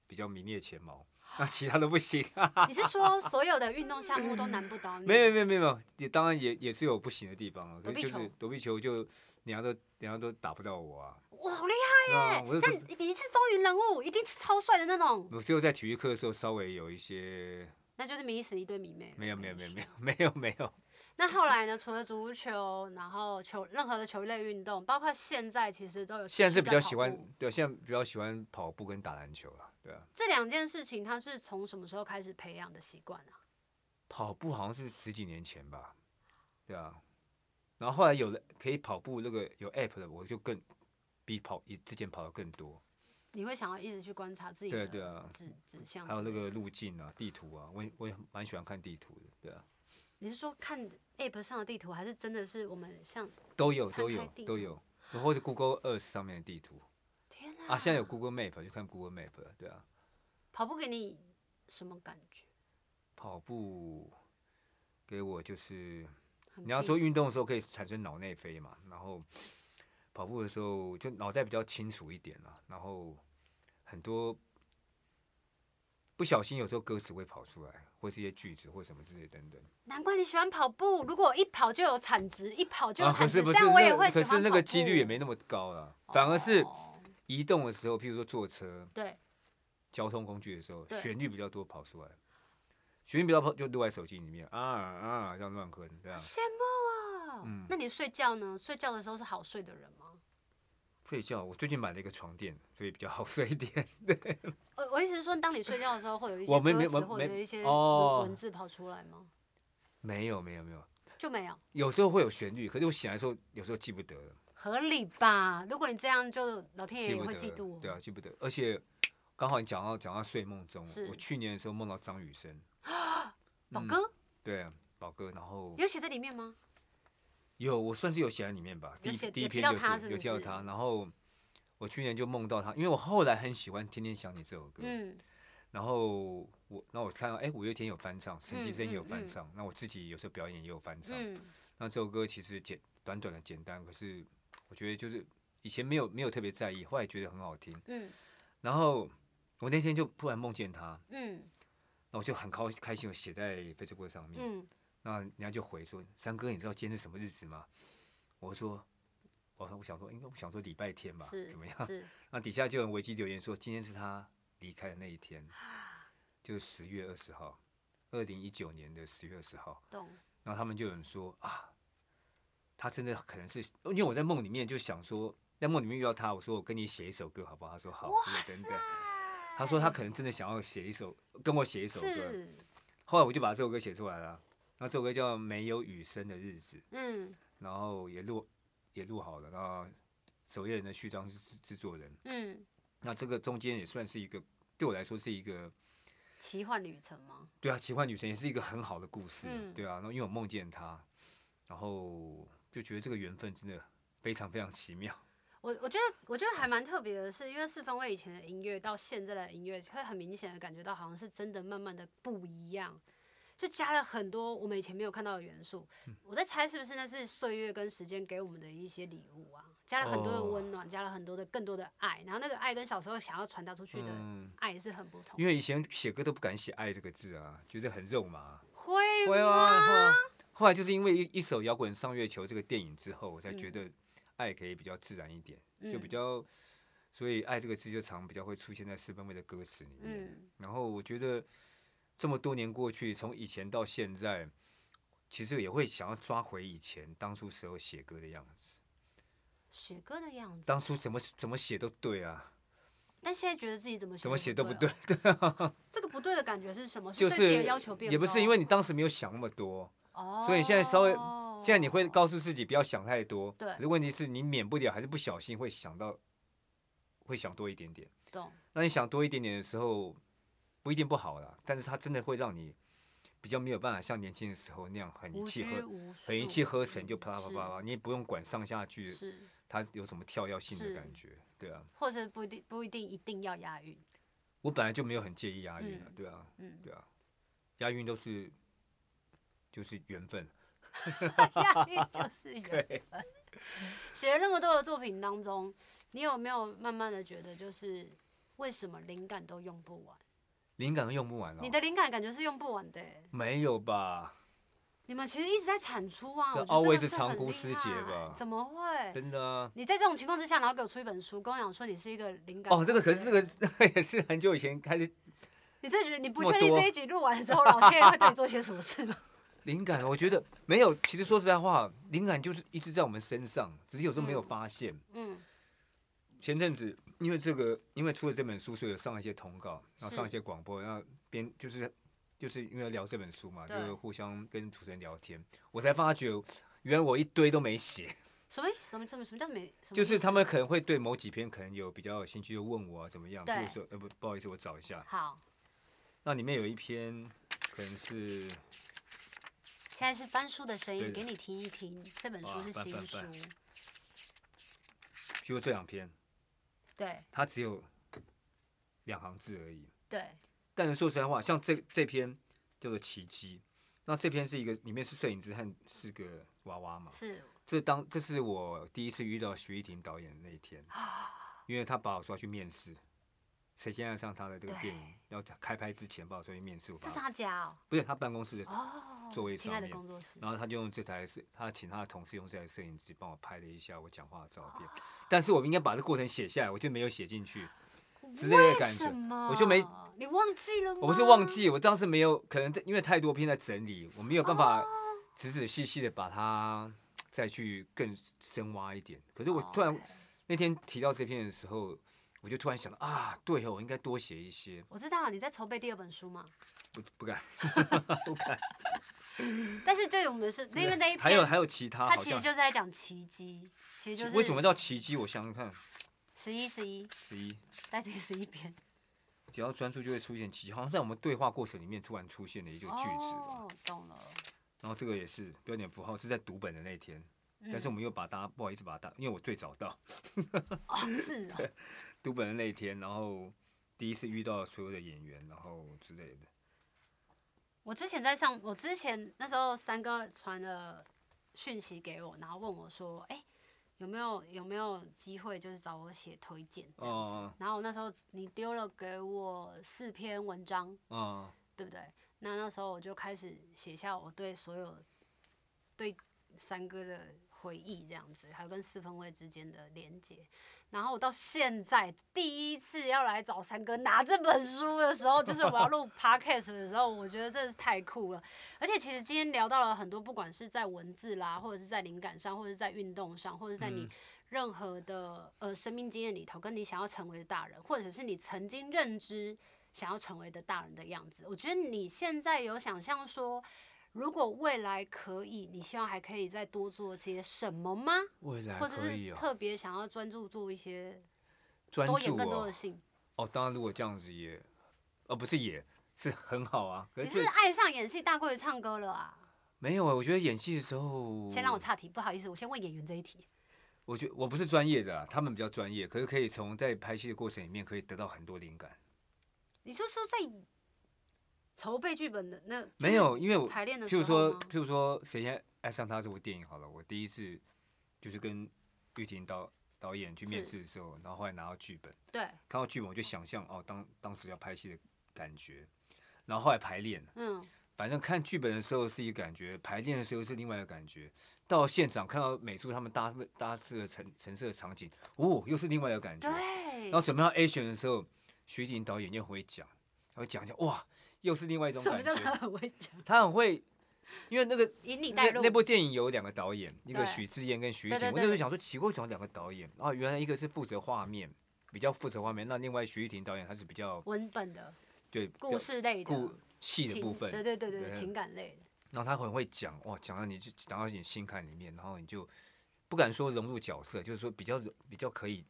Speaker 2: 比较名列前茅，
Speaker 1: 啊
Speaker 2: 那其他都不行。啊
Speaker 1: 你是
Speaker 2: *laughs*
Speaker 1: 说所有的运动项目都难不倒你？
Speaker 2: 没有没有没有没有，也当然也也是有不行的地方啊，
Speaker 1: 躲
Speaker 2: 可
Speaker 1: 避
Speaker 2: 是就
Speaker 1: 球
Speaker 2: 是躲避球就人家都人家都打不到我啊，
Speaker 1: 哇，好厉
Speaker 2: 对啊，
Speaker 1: 害！
Speaker 2: 我就
Speaker 1: 但
Speaker 2: 是
Speaker 1: 你一定是风云人物，一定是超帅的那种，
Speaker 2: 我只有在体育课的时候稍微有一些
Speaker 1: 那就是迷死一堆迷妹了。
Speaker 2: 没有没有
Speaker 1: 我
Speaker 2: 没
Speaker 1: 跟
Speaker 2: 有
Speaker 1: 你说
Speaker 2: 没有没有没
Speaker 1: *laughs*
Speaker 2: 有，
Speaker 1: 那后来呢？除了足球，然后球任何的球类运动，包括现在其实都有。
Speaker 2: 现在是比较喜
Speaker 1: 持续在跑
Speaker 2: 欢
Speaker 1: 步
Speaker 2: 对，现在比较喜欢跑步跟打篮球了，对啊，
Speaker 1: 这两件事情，它是从什么时候开始培养的习惯啊？
Speaker 2: 跑步好像是十几年前吧，对啊，然后后来有了可以跑步那个有 app 的，我就更比跑以之前跑的更多，
Speaker 1: 你会想要一直去观察自己
Speaker 2: 对
Speaker 1: 的
Speaker 2: 啊对啊
Speaker 1: 指指向
Speaker 2: 还有
Speaker 1: 之
Speaker 2: 那
Speaker 1: 类的。
Speaker 2: 个路径啊、地图啊，我也我也蛮喜欢看地图的，对啊，
Speaker 1: 你是说看 App 上的地图，还是真的是我们像？
Speaker 2: 都有
Speaker 1: 摊
Speaker 2: 都
Speaker 1: 开
Speaker 2: 有
Speaker 1: 地
Speaker 2: 都
Speaker 1: 图
Speaker 2: 有，或者 Google Earth 上面的地图
Speaker 1: 天啊！
Speaker 2: 啊，现在有 Google Map 就看 Google Map，了对啊，
Speaker 1: 跑步给你什么感觉？
Speaker 2: 跑步给我就是
Speaker 1: 很
Speaker 2: 你要做
Speaker 1: peace
Speaker 2: 运动的时候可以产生脑内啡嘛，然后跑步的时候就脑袋比较清楚一点啦，然后很多不小心有时候歌词会跑出来，或是一些句子或什么之类等等。
Speaker 1: 难怪你喜欢跑步。如果我一跑就有产值，一跑就有
Speaker 2: 啊可
Speaker 1: 产值，
Speaker 2: 是不
Speaker 1: 这
Speaker 2: 是
Speaker 1: 样我也
Speaker 2: 那
Speaker 1: 会
Speaker 2: 个
Speaker 1: 喜
Speaker 2: 可
Speaker 1: 欢跑步。
Speaker 2: 是那个几率也没那么高啦，反而是
Speaker 1: 哦
Speaker 2: 移动的时候，譬如说坐车、
Speaker 1: 对，
Speaker 2: 交通工具的时候，
Speaker 1: 对
Speaker 2: 旋律比较多跑出来。旋律比较跑就录在手机里面啊啊，这样乱哼，这样
Speaker 1: 羡慕啊！
Speaker 2: 嗯
Speaker 1: 那你睡觉呢？睡觉的时候是好睡的人吗？
Speaker 2: 睡觉。我最近买了一个床垫，所以比较好睡一点。 *laughs*
Speaker 1: 我我意思是说，当你睡觉的时候，会有一些
Speaker 2: 我没
Speaker 1: 歌
Speaker 2: 没
Speaker 1: 词
Speaker 2: 没
Speaker 1: 或者
Speaker 2: 没
Speaker 1: 一些
Speaker 2: 哦
Speaker 1: 文文字跑出来吗？
Speaker 2: 没有没有没有，
Speaker 1: 就没有，
Speaker 2: 有时候会有旋律，可是我醒来的时候有时候记不得了，
Speaker 1: 合理吧？如果你这样，就老天
Speaker 2: 记
Speaker 1: 爷也
Speaker 2: 不
Speaker 1: 哎会
Speaker 2: 得
Speaker 1: 嫉妒我。
Speaker 2: 了，对啊，记不得。而且刚好你讲到讲到睡梦中
Speaker 1: 是，
Speaker 2: 我去年的时候梦到张雨生，
Speaker 1: *gasps* 宝
Speaker 2: 嗯
Speaker 1: 哥
Speaker 2: 对啊，宝哥，然后
Speaker 1: 有写在里面吗？
Speaker 2: 有我算是有写在里面吧，第
Speaker 1: 有
Speaker 2: 一
Speaker 1: 写
Speaker 2: 第一
Speaker 1: 有提
Speaker 2: 篇
Speaker 1: 到
Speaker 2: 就
Speaker 1: 他是不
Speaker 2: 有提到
Speaker 1: 是
Speaker 2: 他，然后我去年就梦到他，因为我后来很喜欢《天天想你》这首歌，
Speaker 1: 嗯，
Speaker 2: 然后我那我看到哎五月天有翻唱，陈绮
Speaker 1: 嗯
Speaker 2: 贞也
Speaker 1: 嗯
Speaker 2: 有翻
Speaker 1: 嗯
Speaker 2: 唱，那我自己有时候表演也有翻唱，
Speaker 1: 嗯，
Speaker 2: 那这首歌其实简短短的简单，可是我觉得就是以前没有没有特别在意，后来觉得很好听。
Speaker 1: 嗯，
Speaker 2: 然后我那天就突然梦见他，
Speaker 1: 嗯，
Speaker 2: 那我就很高开心，我写在 Facebook 上面。
Speaker 1: 嗯，
Speaker 2: 那人家就回说：“三哥，你知道今天是什么日子吗？”我说：“我说我想说，应该我想说礼拜天吧，
Speaker 1: 嗯是
Speaker 2: 怎么样
Speaker 1: 是，？”
Speaker 2: 那底下就有人维基留言说：“今天是他离开的那一天，
Speaker 1: 啊
Speaker 2: 就是十月二十号，二零一九年的十月二十号。” *laughs*
Speaker 1: 懂，
Speaker 2: 然后他们就有人说啊，他真的可能是，因为我在梦里面就想说，在梦里面遇到他，我说我跟你写一首歌好不好？他说好，对等等。他说他可能真的想要写一首，跟我写一首歌。
Speaker 1: 是，
Speaker 2: 后来我就把这首歌写出来了，那这首歌叫《没有雨声的日子》，
Speaker 1: 嗯，
Speaker 2: 然后也录也录好了，那守夜人的序章是制制作人，
Speaker 1: 嗯，
Speaker 2: 那这个中间也算是一个对我来说是一个
Speaker 1: 奇幻旅程吗？
Speaker 2: 对啊，奇幻女神也是一个很好的故事，
Speaker 1: 嗯
Speaker 2: 对啊。然后因为我梦见她，然后就觉得这个缘分真的非常非常奇妙。
Speaker 1: 我我觉得我觉得还蛮特别的是，因为四分卫以前的音乐到现在的音乐，会很明显的感觉到好像是真的慢慢的不一样，就加了很多我们以前没有看到的元素。
Speaker 2: 嗯
Speaker 1: 我在猜是不是那是岁月跟时间给我们的一些礼物啊，加了很多的
Speaker 2: 哦
Speaker 1: 温暖，加了很多的更多的爱，然后那个爱跟小时候想要传达出去的
Speaker 2: 嗯，
Speaker 1: 爱是很不同。
Speaker 2: 因为以前写歌都不敢写“爱”这个字啊，觉得很肉麻。
Speaker 1: 会
Speaker 2: 会啊，会啊。后来就是因为一一首《摇滚上月球》这个电影之后，我才觉得爱可以比较自然一点，就
Speaker 1: 嗯
Speaker 2: 比较，所以“爱”这个字就常比较会出现在四分卫的歌词里面。
Speaker 1: 嗯
Speaker 2: 然后我觉得这么多年过去，从以前到现在，其实也会想要抓回以前当初时候写歌的样子，
Speaker 1: 写歌的样子，
Speaker 2: 当初怎么怎么写都对啊，
Speaker 1: 但现在觉得自己怎么
Speaker 2: 怎么写都不
Speaker 1: 不
Speaker 2: 对
Speaker 1: 了，，这个不对的感觉是什么？
Speaker 2: 就
Speaker 1: 啊对自己的
Speaker 2: 是
Speaker 1: 要求变
Speaker 2: 也不
Speaker 1: 高啊
Speaker 2: 是因为你当时没有想那么多，
Speaker 1: 哦，
Speaker 2: 所以你现在稍微现在你会告诉自己不要想太多，
Speaker 1: 对
Speaker 2: 可是问题是你免不了还是不小心会想到，会想多一点点。
Speaker 1: 懂。
Speaker 2: 那你想多一点点的时候，不一定不好啦，但是它真的会让你比较没有办法像年轻的时候那样很一
Speaker 1: 无
Speaker 2: 气
Speaker 1: 拘
Speaker 2: 呵
Speaker 1: 无
Speaker 2: 很一
Speaker 1: 束
Speaker 2: 气呵成就
Speaker 1: 嗯
Speaker 2: 啪啦啪啦
Speaker 1: 是
Speaker 2: 啪啦，你也不用管上下句，
Speaker 1: 是，
Speaker 2: 它有什么跳跃性的
Speaker 1: 是
Speaker 2: 感觉，对啊。
Speaker 1: 或者不一定不一定一定要押韵，
Speaker 2: 我本来就没有很介意押韵的，
Speaker 1: 嗯
Speaker 2: 对啊，
Speaker 1: 嗯， *laughs*
Speaker 2: 对啊，押韵都是就是缘分，
Speaker 1: 押
Speaker 2: *laughs*
Speaker 1: 韵就是缘分。写了那么多的作品当中，你有没有慢慢的觉得，就是为什么灵感都用不完？
Speaker 2: 灵感都用不完哦
Speaker 1: 你。的灵感感觉是用不完的欸、
Speaker 2: 没有吧？
Speaker 1: 你们其实一直在产出啊，
Speaker 2: 这
Speaker 1: 我觉得
Speaker 2: always
Speaker 1: 真的是
Speaker 2: 长
Speaker 1: 很
Speaker 2: 姑
Speaker 1: 厉
Speaker 2: 师姐
Speaker 1: 害
Speaker 2: 吧
Speaker 1: 怎么会？
Speaker 2: 真的啊、
Speaker 1: 你在这种情况之下，然后给我出一本书，跟我讲说你是一个灵感
Speaker 2: 哦，这个可是这
Speaker 1: 的
Speaker 2: 个
Speaker 1: 人
Speaker 2: 那个也是很久以前开始
Speaker 1: 你真的觉得你不
Speaker 2: 这么
Speaker 1: 确定
Speaker 2: 多
Speaker 1: 这一集录完之后，老天爷会对你做些什么事吗？
Speaker 2: 灵感，我觉得没有。其实说实在话，灵感就是一直在我们身上，只是有时候没有
Speaker 1: 嗯
Speaker 2: 发现。
Speaker 1: *laughs* 嗯，
Speaker 2: 前阵子因为这个，因为出了这本书，所以有上一些通告，然后上一
Speaker 1: 是
Speaker 2: 些广播，然后边就是就是因为聊这本书嘛，就
Speaker 1: 对
Speaker 2: 是互相跟主持人聊天，我才发觉原来我一堆都没写，
Speaker 1: 什么意思什么什么什么叫没？什么
Speaker 2: 就
Speaker 1: 意
Speaker 2: 是
Speaker 1: 思
Speaker 2: 他们可能会对某几篇可能有比较有兴趣，就问我啊怎么样，比如
Speaker 1: 对
Speaker 2: 说呃不不好意思，我找一下，
Speaker 1: 好，
Speaker 2: 那里面有一篇可能是
Speaker 1: 现在是翻书的声
Speaker 2: 对
Speaker 1: 音，
Speaker 2: 的
Speaker 1: 给你听一听。这本
Speaker 2: 哇
Speaker 1: 书是
Speaker 2: 翻
Speaker 1: 新
Speaker 2: 翻
Speaker 1: 书
Speaker 2: 翻，譬如这两篇，
Speaker 1: 对
Speaker 2: 它只有两行字而已，
Speaker 1: 对，
Speaker 2: 但是说实在话，像这这篇叫做《奇迹》，那这篇是一个里面是摄影师和四个娃娃嘛。
Speaker 1: 是
Speaker 2: 这当这是我第一次遇到徐艺婷导演的那
Speaker 1: *gasps*
Speaker 2: 一天，因为他把我抓去面试，谁先爱上他的这个电影要开拍之前把我抓去面试，我把
Speaker 1: 这是
Speaker 2: 他
Speaker 1: 他家哦
Speaker 2: 不是他办公室的，
Speaker 1: 哦，
Speaker 2: 座位
Speaker 1: 亲爱
Speaker 2: 上
Speaker 1: 的
Speaker 2: 面
Speaker 1: 工作室，
Speaker 2: 然后他就用这台摄，他请他的同事用这台摄影机帮我拍了一下我讲话的照片，
Speaker 1: 哦
Speaker 2: 但是我应该把这过程写下来，我就没有写进去。
Speaker 1: 啊
Speaker 2: 之类的
Speaker 1: 为
Speaker 2: 感
Speaker 1: 什
Speaker 2: 觉
Speaker 1: 么？
Speaker 2: 我就没
Speaker 1: 你忘记了吗？
Speaker 2: 我不是忘记，我当时没有，可能因为太多篇在整理，我没有办
Speaker 1: 哦
Speaker 2: 法仔仔细细的把它再去更深挖一点。可是我
Speaker 1: 哦
Speaker 2: 突然
Speaker 1: OK
Speaker 2: 那天提到这篇的时候，我就突然想到啊，对哦，我应该多写一些，
Speaker 1: 我知道你在筹备第二本书嘛，
Speaker 2: 不不敢。
Speaker 1: 但是对我们是因为那一篇，
Speaker 2: 还有还有其他
Speaker 1: 他
Speaker 2: 好
Speaker 1: 其实
Speaker 2: 像
Speaker 1: 就是在讲奇迹，其实就是
Speaker 2: 为什么叫奇迹？我想想看，
Speaker 1: 十一十一，
Speaker 2: 十一，
Speaker 1: 在第十一篇
Speaker 2: 只要专注就会出现奇迹，好像在我们对话过程里面突然出现的一句句子吧。
Speaker 1: 哦，懂了，
Speaker 2: 然后这个也是标点符号是在读本的那天，但是我
Speaker 1: 嗯
Speaker 2: 们又把它不好意思把它，因为我最早到。
Speaker 1: 哦是哦，
Speaker 2: 读本的那一天，然后第一次遇到所有的演员，然后之类的。
Speaker 1: *laughs* 我之前在上，我之前那时候三哥传了讯息给我，然后问我说：“哎、有没有有没有机会，就是找我写推荐这样子？”
Speaker 2: 哦
Speaker 1: 然后我那时候你丢了给我四篇文章，
Speaker 2: 嗯，
Speaker 1: 对不对？那那时候我就开始写下我对所有对三哥的回忆，这样子，还有跟四分卫之间的连接。然后我到现在第一次要来找三哥拿这本书的时候，就是我要录 podcast 的时候，我觉得真的是太酷了。而且其实今天聊到了很多，不管是在文字啦，或者是在灵感上，或者是在运动上，或者是在你
Speaker 2: 嗯
Speaker 1: 任何的呃生命经验里头，跟你想要成为的大人，或者是你曾经认知想要成为的大人的样子。我觉得你现在有想象说，如果未来可以，你希望还可以再多做些什么吗？
Speaker 2: 未来
Speaker 1: 或者
Speaker 2: 可以
Speaker 1: 是
Speaker 2: 哦，
Speaker 1: 特别想要专注做一些
Speaker 2: 专
Speaker 1: 多
Speaker 2: 注
Speaker 1: 演更多的
Speaker 2: 哦。
Speaker 1: 性？
Speaker 2: 哦，当然，如果这样子也，哦，不是也是很好啊。可
Speaker 1: 你是
Speaker 2: 是
Speaker 1: 爱上演戏大过于唱歌了啊？
Speaker 2: 没有啊，我觉得演戏的时候，
Speaker 1: 先让我岔题，不好意思，我先问演员这一题。
Speaker 2: 我觉我不是专业的啊，他们比较专业，可是可以从在拍戏的过程里面可以得到很多灵感。
Speaker 1: 你就说在筹备剧本的那
Speaker 2: 没有，因为我
Speaker 1: 排练的
Speaker 2: 譬如
Speaker 1: 时
Speaker 2: 说
Speaker 1: 候吗，
Speaker 2: 譬如说，谁先爱上他这部电影好了，我第一次就是跟玉婷导导演去面
Speaker 1: 是
Speaker 2: 试的时候，然后后来拿到剧本，
Speaker 1: 对，
Speaker 2: 看到剧本我就想象哦，当当时要拍戏的感觉，然后后来排练，
Speaker 1: 嗯，
Speaker 2: 反正看剧本的时候是一个感觉，排练的时候是另外一个感觉，到现场看到美术他们搭搭设的橙橙色的场景，哦，又是另外一个感觉。
Speaker 1: 对
Speaker 2: 然后，准备到 A 选的时候，徐婷导演又会讲，他会讲一讲，哇，又是另外一种
Speaker 1: 什么
Speaker 2: 感
Speaker 1: 叫他
Speaker 2: 觉。
Speaker 1: 很会讲？
Speaker 2: 他很会，因为那个
Speaker 1: 引你带
Speaker 2: 那
Speaker 1: 入
Speaker 2: 那部电影有两个导演，一个
Speaker 1: 对
Speaker 2: 许志燕跟徐
Speaker 1: 对
Speaker 2: 婷。
Speaker 1: 对
Speaker 2: 我
Speaker 1: 对
Speaker 2: 那时候
Speaker 1: 对
Speaker 2: 想说，奇怪，怎么两个导演？啊，原来一个是负责画面，比较负责画面，那另外徐玉婷导演他是比较
Speaker 1: 文本的
Speaker 2: 对比
Speaker 1: 故
Speaker 2: 较
Speaker 1: 事类的
Speaker 2: 顾戏的
Speaker 1: 情
Speaker 2: 部分，
Speaker 1: 对对对对，
Speaker 2: 对
Speaker 1: 情感类的。
Speaker 2: 然后他很会讲，哇，讲到你就讲到你心坎里面，然后你就不敢说融入角色，就是说比较融比较可以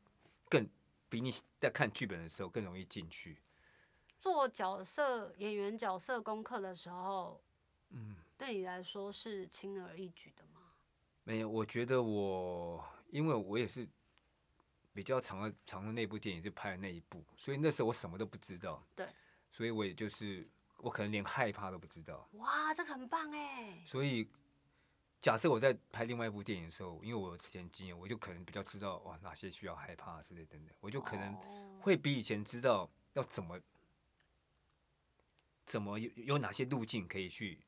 Speaker 2: 更比你在看剧本的时候更容易进去。
Speaker 1: 做角色演员角色功课的时候，嗯，对你来说是轻而易举的吗？
Speaker 2: 没有，我觉得我因为我也是比较长的长的那部电影就拍了那一部，所以那时候我什么都不知道。
Speaker 1: 对，
Speaker 2: 所以我也就是我可能连害怕都不知道。
Speaker 1: 哇，这个很棒哎！
Speaker 2: 所以假设我在拍另外一部电影的时候，因为我有之前经验，我就可能比较知道哇哪些需要害怕之类等等，我就可能
Speaker 1: 哦
Speaker 2: 会比以前知道要怎么怎么有有哪些路径可以去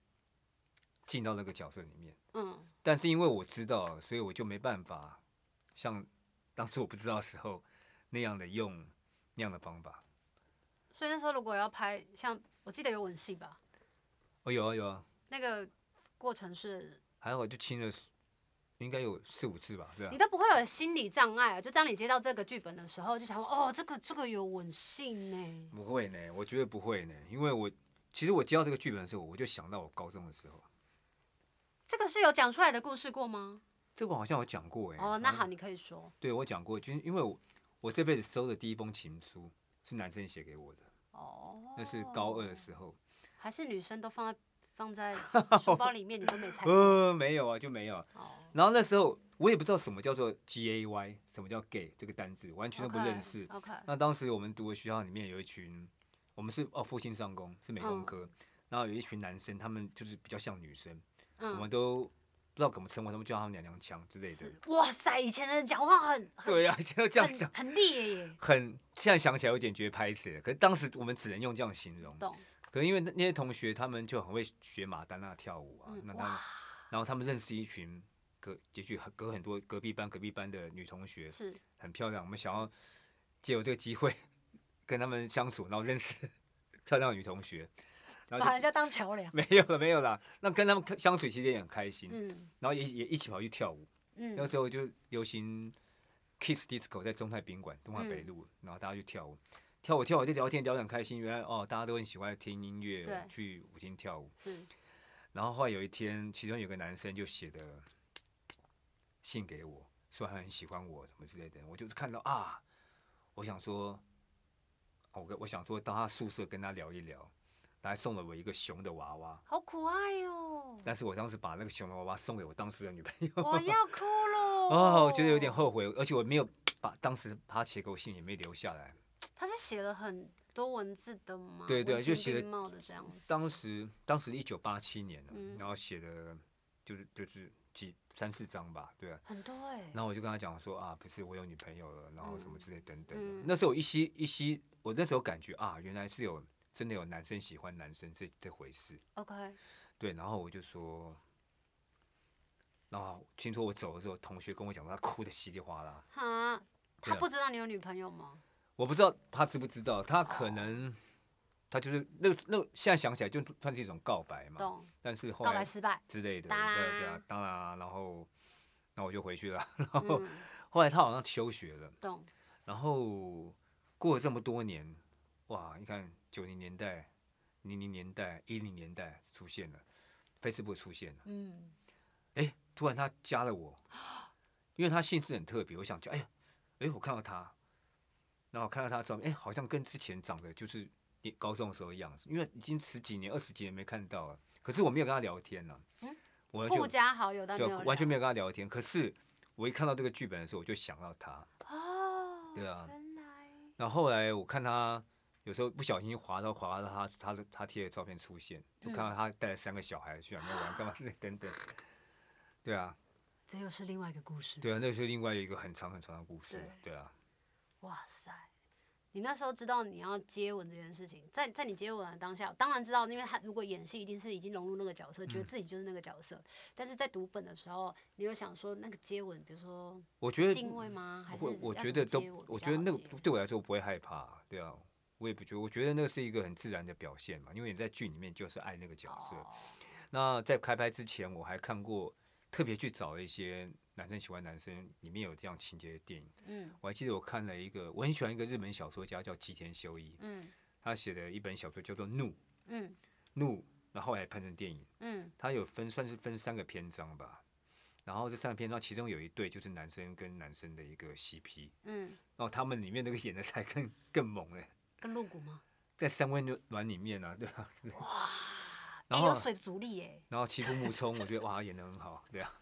Speaker 2: 进到那个角色里面。
Speaker 1: 嗯，
Speaker 2: 但是因为我知道，所以我就没办法像当初我不知道的时候那样的用那样的方法。
Speaker 1: 所以那时候如果要拍，像我记得有吻戏吧，
Speaker 2: 哦，有啊有啊，
Speaker 1: 那个过程是
Speaker 2: 还好就亲了四，应该有四五次吧，对啊
Speaker 1: 你。都不会有心理障碍啊！就当你接到这个剧本的时候，就想说哦，这个这个有吻戏呢。
Speaker 2: 不会呢，我觉得不会呢，因为我其实我接到这个剧本的时候，我就想到我高中的时候，
Speaker 1: 这个是有讲出来的故事过吗？
Speaker 2: 这个好像有讲过哎。
Speaker 1: 哦，那
Speaker 2: 好像
Speaker 1: 好，你可以说。
Speaker 2: 对我讲过，就是因为我我这辈子收的第一封情书是男生写给我的，
Speaker 1: 哦，
Speaker 2: 那是高二的时候。
Speaker 1: 还是女生都放在放
Speaker 2: *laughs*
Speaker 1: 在书包里面，你都没猜。
Speaker 2: 呃，没有啊，就没有啊、
Speaker 1: 哦，
Speaker 2: 然后那时候我也不知道什么叫做 G A Y，什么叫 gay 这个单字，完全都不认识。
Speaker 1: OK，
Speaker 2: 那当时我们读的学校里面有一群，我们是哦复兴上工是美工
Speaker 1: 嗯
Speaker 2: 科，然后有一群男生，他们就是比较像女生，我
Speaker 1: 嗯，
Speaker 2: 们都不知道怎么称呼，他们叫他们娘娘腔之类的。
Speaker 1: 是。哇塞，以前的人讲话很很
Speaker 2: 对啊，现在
Speaker 1: *laughs*
Speaker 2: 这样
Speaker 1: 很
Speaker 2: 讲，
Speaker 1: 很烈耶，
Speaker 2: 很现在想起来有点觉得拍死，可是当时我们只能用这样形容。
Speaker 1: 懂？
Speaker 2: 可是因为那那些同学他们就很会学马丹娜跳舞啊，
Speaker 1: 嗯
Speaker 2: 那，他们
Speaker 1: 哇，
Speaker 2: 然后他们认识一群隔也许很隔很多隔壁班隔壁班的女同学，
Speaker 1: 是
Speaker 2: 很漂亮，我们想要借由这个机会跟他们相处，然后认识 *laughs* 漂亮的女同学，然后
Speaker 1: 把
Speaker 2: 就
Speaker 1: 人家当桥梁。
Speaker 2: 没有了，没有了。那跟他们相处其实也很开心，
Speaker 1: 嗯
Speaker 2: 然后也也一起跑去跳舞。那
Speaker 1: 嗯，
Speaker 2: 时候就流行 Kiss Disco，在中泰宾馆、东华北路，
Speaker 1: 嗯
Speaker 2: 然后大家去跳舞，跳舞跳舞就聊天聊得很开心。原来哦，大家都很喜欢听音乐
Speaker 1: 对，
Speaker 2: 去舞厅跳舞。
Speaker 1: 是
Speaker 2: 然后后来有一天，其中有个男生就写的信给我，说他很喜欢我什么之类的，我就是看到啊，我想说，啊我跟我想说到他宿舍跟他聊一聊，然后还送了我一个熊的娃娃，
Speaker 1: 好可爱哦，
Speaker 2: *laughs* 但是我当时把那个熊的娃娃送给我当时的女朋友，
Speaker 1: 我要哭了。
Speaker 2: 哦，我觉得有点后悔，而且我没有把当时他写给我信也没留下来，
Speaker 1: 他是写了很多文字的嘛，
Speaker 2: 对对
Speaker 1: 文
Speaker 2: 就
Speaker 1: 情
Speaker 2: 写了
Speaker 1: 并茂的这样子。
Speaker 2: 当时当时一九八七年了
Speaker 1: 嗯
Speaker 2: 然后写的就是就是几三四张吧，对啊，
Speaker 1: 很多哎、
Speaker 2: 然后我就跟他讲说啊，不是我有女朋友了，然后什么之类等等的。
Speaker 1: 嗯
Speaker 2: 那时候我一吸一吸，我那时候感觉啊，原来是有真的有男生喜欢男生这这回事。
Speaker 1: OK，
Speaker 2: 对，然后我就说，然后听说我走的时候，同学跟我讲，他哭的稀里哗啦。
Speaker 1: 哈，他
Speaker 2: 对啊
Speaker 1: 不知道你有女朋友吗？
Speaker 2: 我不知道他知不知道，他
Speaker 1: 哦
Speaker 2: 可能、他就是那个那个现在想起来就算是一种告白嘛，
Speaker 1: 懂？
Speaker 2: 但是后
Speaker 1: 告白
Speaker 2: 来
Speaker 1: 失败。
Speaker 2: 之类的，对
Speaker 1: 当
Speaker 2: 啊
Speaker 1: 然
Speaker 2: 对啊，当然啊，然后那我就回去了。 *laughs* 然 *laughs* 后
Speaker 1: 嗯，
Speaker 2: 后来他好像休学了。
Speaker 1: 懂。
Speaker 2: 然后过了这么多年，哇，你看九零年代、零零年代、一零年代出现了， Facebook 出现了，
Speaker 3: 嗯，
Speaker 2: 哎，突然他加了我，因为他姓氏很特别，我想就哎呀，哎，我看到他，然后我看到他照片，哎，好像跟之前长得就是你高中的时候的样子，因为已经十几年、二十几年没看到了，可是我没有跟他聊天呢、
Speaker 3: 嗯
Speaker 2: 我完全
Speaker 1: 互加好友，但没
Speaker 2: 对
Speaker 1: 有
Speaker 2: 啊，完全没
Speaker 1: 有
Speaker 2: 有跟他聊天。可是我一看到这个剧本的时候，我就想到他。
Speaker 3: 哦，
Speaker 2: 对啊
Speaker 3: 原来
Speaker 2: 然后后来我看他有时候不小心滑到滑到他他的他贴的照片出现，就看
Speaker 1: 嗯
Speaker 2: 到他带了三个小孩去哪边玩干嘛之类 *laughs* 等等。对啊，
Speaker 3: 这又是另外一个故事。
Speaker 2: 对啊，那是另外一个很长很长的故事
Speaker 1: 对。
Speaker 2: 对啊，
Speaker 1: 哇塞！你那时候知道你要接吻这件事情，在在你接吻的当下，当然知道，因为他如果演戏一定是已经融入那个角色，
Speaker 2: 嗯
Speaker 1: 觉得自己就是那个角色。但是在读本的时候，你有想说那个接吻，比如说
Speaker 2: 我觉得
Speaker 1: 敬畏吗？还是
Speaker 2: 我我
Speaker 1: 要
Speaker 2: 觉
Speaker 1: 怎么
Speaker 2: 得都
Speaker 1: 接吻，比
Speaker 2: 我
Speaker 1: 较
Speaker 2: 觉得
Speaker 1: 好
Speaker 2: 那个
Speaker 1: 接
Speaker 2: 对我来说不会害怕。对啊，我也不觉得，我觉得那是一个很自然的表现嘛，因为你在剧里面就是爱那个角色。
Speaker 1: 哦
Speaker 2: 那在开拍之前，我还看过特别去找一些男生喜欢男生里面有这样情节的电影。
Speaker 1: 嗯
Speaker 2: 我还记得我看了一个，我很喜欢一个日本小说家叫吉田修一，
Speaker 1: 嗯
Speaker 2: 他写的一本小说叫做《怒
Speaker 1: 嗯
Speaker 2: 怒》，然后后来拍成电影。
Speaker 1: 嗯
Speaker 2: 他有分算是分三个篇章吧，然后这三个篇章其中有一对就是男生跟男生的一个 CP，
Speaker 1: 嗯，
Speaker 2: 然后他们里面那个演的才更更猛嘞，
Speaker 1: 跟露骨吗？
Speaker 2: 在三温暖里面啊，对啊，对
Speaker 1: 哇！
Speaker 2: 然
Speaker 1: 欸有
Speaker 2: 后
Speaker 1: 水阻力耶、
Speaker 2: 然后齐木木聪，我觉得哇演的很好，对啊，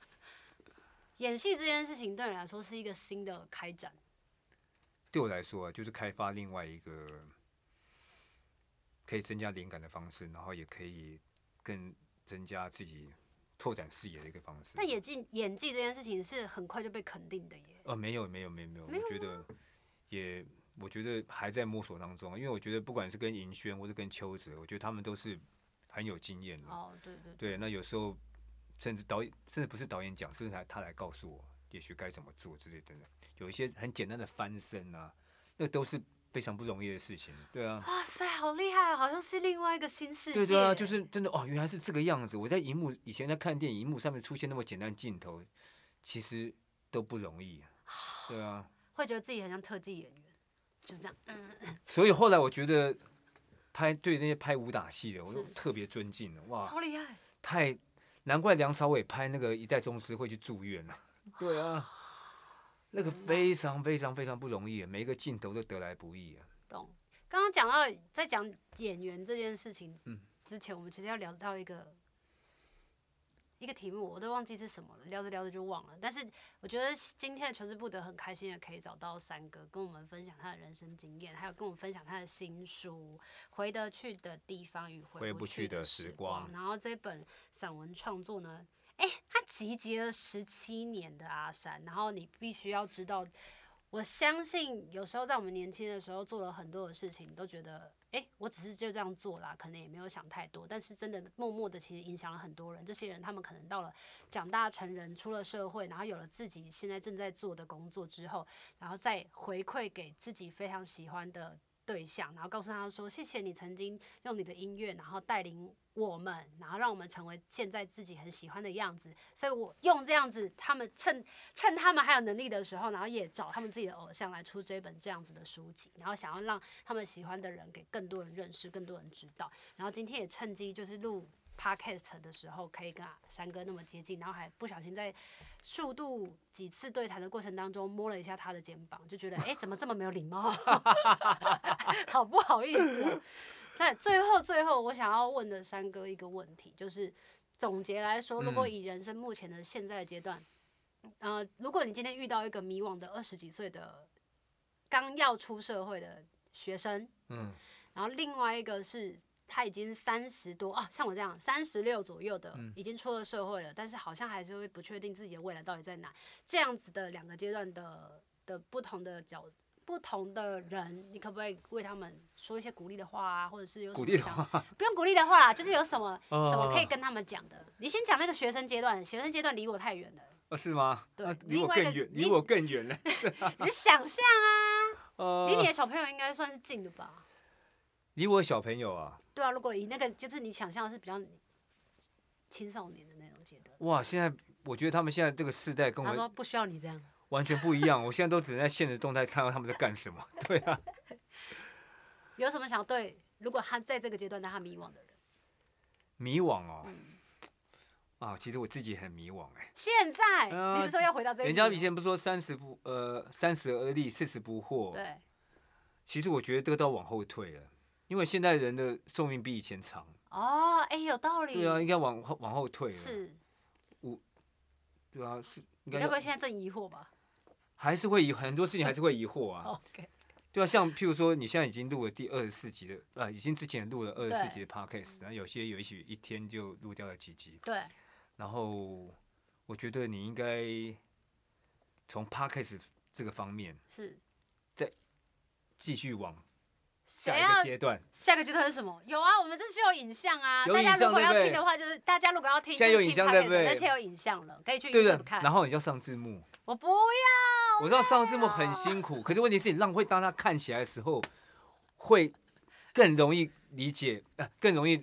Speaker 1: 演戏这件事情对你来说是一个新的开展，
Speaker 2: 对我来说啊，就是开发另外一个可以增加灵感的方式，然后也可以更增加自己拓展视野的一个方式。
Speaker 1: 但演技演技这件事情是很快就被肯定的耶。
Speaker 2: 呃没有没有没有没有，
Speaker 1: 没有
Speaker 2: 我觉得也我觉得还在摸索当中，因为我觉得不管是跟银轩或是跟邱泽，我觉得他们都是很有经验的。
Speaker 1: 哦，对对
Speaker 2: 对，那有时候甚至导演甚至不是导演讲，甚至他他来告诉我，也许该怎么做之类等等，有一些很简单的翻身啊，那都是非常不容易的事情。对啊。
Speaker 1: 哇塞，好厉害，啊好像是另外一个新世界。
Speaker 2: 对对啊，就是真的哦，原来是这个样子。我在荧幕以前在看电影，荧幕上面出现那么简单的镜头，其实都不容易。对啊，
Speaker 1: 会觉得自己很像特技演员，就是这样。嗯
Speaker 2: 所以后来我觉得拍对那些拍武打戏的，我都
Speaker 1: 是
Speaker 2: 特别尊敬了。哇，
Speaker 1: 超厉害。
Speaker 2: 太难怪梁朝伟拍那个《一代宗师》会去住院了。 *laughs* 对啊，那个非常非常非常不容易，啊每一个镜头都得来不易啊。
Speaker 1: 懂。刚刚讲到在讲演员这件事情，
Speaker 2: 嗯
Speaker 1: 之前我们其实要聊到一个一个题目，我都忘记是什么了，聊着聊着就忘了。但是我觉得今天的求之不得很开心的，可以找到三哥跟我们分享他的人生经验，还有跟我们分享他的新书《回得去的地方与
Speaker 2: 回
Speaker 1: 回
Speaker 2: 不
Speaker 1: 不
Speaker 2: 去
Speaker 1: 去
Speaker 2: 的
Speaker 1: 的
Speaker 2: 时
Speaker 1: 时
Speaker 2: 光
Speaker 1: 光》。然后这本散文创作呢，哎，它集结了十七年的阿山，然后你必须要知道我相信有时候在我们年轻的时候做了很多的事情，你都觉得，诶，我只是就这样做啦，可能也没有想太多。但是真的默默的，其实影响了很多人。这些人他们可能到了长大成人，出了社会，然后有了自己现在正在做的工作之后，然后再回馈给自己非常喜欢的对象，然后告诉他说：“谢谢你曾经用你的音乐，然后带领我们，然后让我们成为现在自己很喜欢的样子。”所以，我用这样子，他们趁趁他们还有能力的时候，然后也找他们自己的偶像来出这本这样子的书籍，然后想要让他们喜欢的人给更多人认识，更多人知道。然后今天也趁机就是录 podcast 的时候，可以跟三哥那么接近，然后还不小心在数度几次对谈的过程当中摸了一下他的肩膀，就觉得哎、诶怎么这么没有礼貌， *laughs* 好不好意思、哦。在最后最后，我想要问的三哥一个问题，就是总结来说，如果
Speaker 2: 嗯
Speaker 1: 以人生目前的现在的阶段，呃，如果你今天遇到一个迷惘的二十几岁的刚要出社会的学生，
Speaker 2: 嗯
Speaker 1: 然后另外一个是他已经三十多啊，像我这样三十六左右的，
Speaker 2: 嗯
Speaker 1: 已经出了社会了，但是好像还是会不确定自己的未来到底在哪。这样子的两个阶段的的不同的角。不同的人，你可不可以为他们说一些鼓励的话啊，或者是有什
Speaker 2: 鼓
Speaker 1: 么
Speaker 2: 励的
Speaker 1: 想不用鼓励的话啦，就是有什么、
Speaker 2: *laughs* 哦
Speaker 1: 什么可以跟他们讲的？你先讲那个学生阶段，学生阶段离我太远了，
Speaker 2: 哦，是吗？
Speaker 1: 对
Speaker 2: 那离我
Speaker 1: 另外一
Speaker 2: 更
Speaker 1: 个
Speaker 2: 远，
Speaker 1: 你
Speaker 2: 离我更
Speaker 1: *laughs*
Speaker 2: 远了。
Speaker 1: 你就想象啊，
Speaker 2: 呃
Speaker 1: 离你的小朋友应该算是近的吧？
Speaker 2: 离我小朋友啊，
Speaker 1: 对啊，如果以那个就是你想象的是比较青少年的那种阶段，
Speaker 2: 哇，现在我觉得他们现在这个世代跟
Speaker 1: 他说
Speaker 2: 我
Speaker 1: 不需要你这样，
Speaker 2: 完全不一样，我现在都只能在现实动态看到他们在干什么。对啊，
Speaker 1: 有什么想对？如果他在这个阶段，但他迷惘的人，
Speaker 2: 迷惘哦。
Speaker 1: 嗯
Speaker 2: 啊，其实我自己很迷惘哎、
Speaker 1: 现在、
Speaker 2: 啊
Speaker 1: 你是说要回到这一
Speaker 2: 人家
Speaker 1: 题
Speaker 2: 以前不是说三十不呃三十而立，四十不惑
Speaker 1: 吗，对
Speaker 2: 其实我觉得这个都往后退了，因为现在人的寿命比以前长。
Speaker 1: 哦，哎、有道理，
Speaker 2: 对啊，应该往后往后退了。，
Speaker 1: 是，
Speaker 2: 对啊，是应
Speaker 1: 你
Speaker 2: 该
Speaker 1: 该不
Speaker 2: 要
Speaker 1: 会现在正疑惑吧
Speaker 2: 还是会疑很多事情还是会疑惑啊。
Speaker 1: ？OK，
Speaker 2: 对啊，像譬如说，你现在已经录了第二十四集的，呃，已经之前录了二十四
Speaker 1: 对
Speaker 2: 集的 podcast，然后有些有也许一天就录掉了几集，
Speaker 1: 对，
Speaker 2: 然后我觉得你应该从 podcast 这个方面
Speaker 1: 是。
Speaker 2: 继续往
Speaker 1: 谁
Speaker 2: 下一
Speaker 1: 要
Speaker 2: 个阶段。
Speaker 1: 下个阶段是什么？有啊，我们这次有影像啊。
Speaker 2: 有
Speaker 1: 大家
Speaker 2: 影像
Speaker 1: 如果要
Speaker 2: 对不对
Speaker 1: 听的话，就是大家如果要听，
Speaker 2: 现在
Speaker 1: 就是
Speaker 2: 有影
Speaker 1: 听
Speaker 2: 像
Speaker 1: podcast
Speaker 2: 对不对
Speaker 1: 而且有影像了，可以去
Speaker 2: 对
Speaker 1: YouTube
Speaker 2: 的，
Speaker 1: 看。
Speaker 2: 然后你要上字幕，
Speaker 1: 我不要，
Speaker 2: 我知道上字幕很辛苦，可是问题是你让会当他看起来的时候，会更容易理解，呃，更容易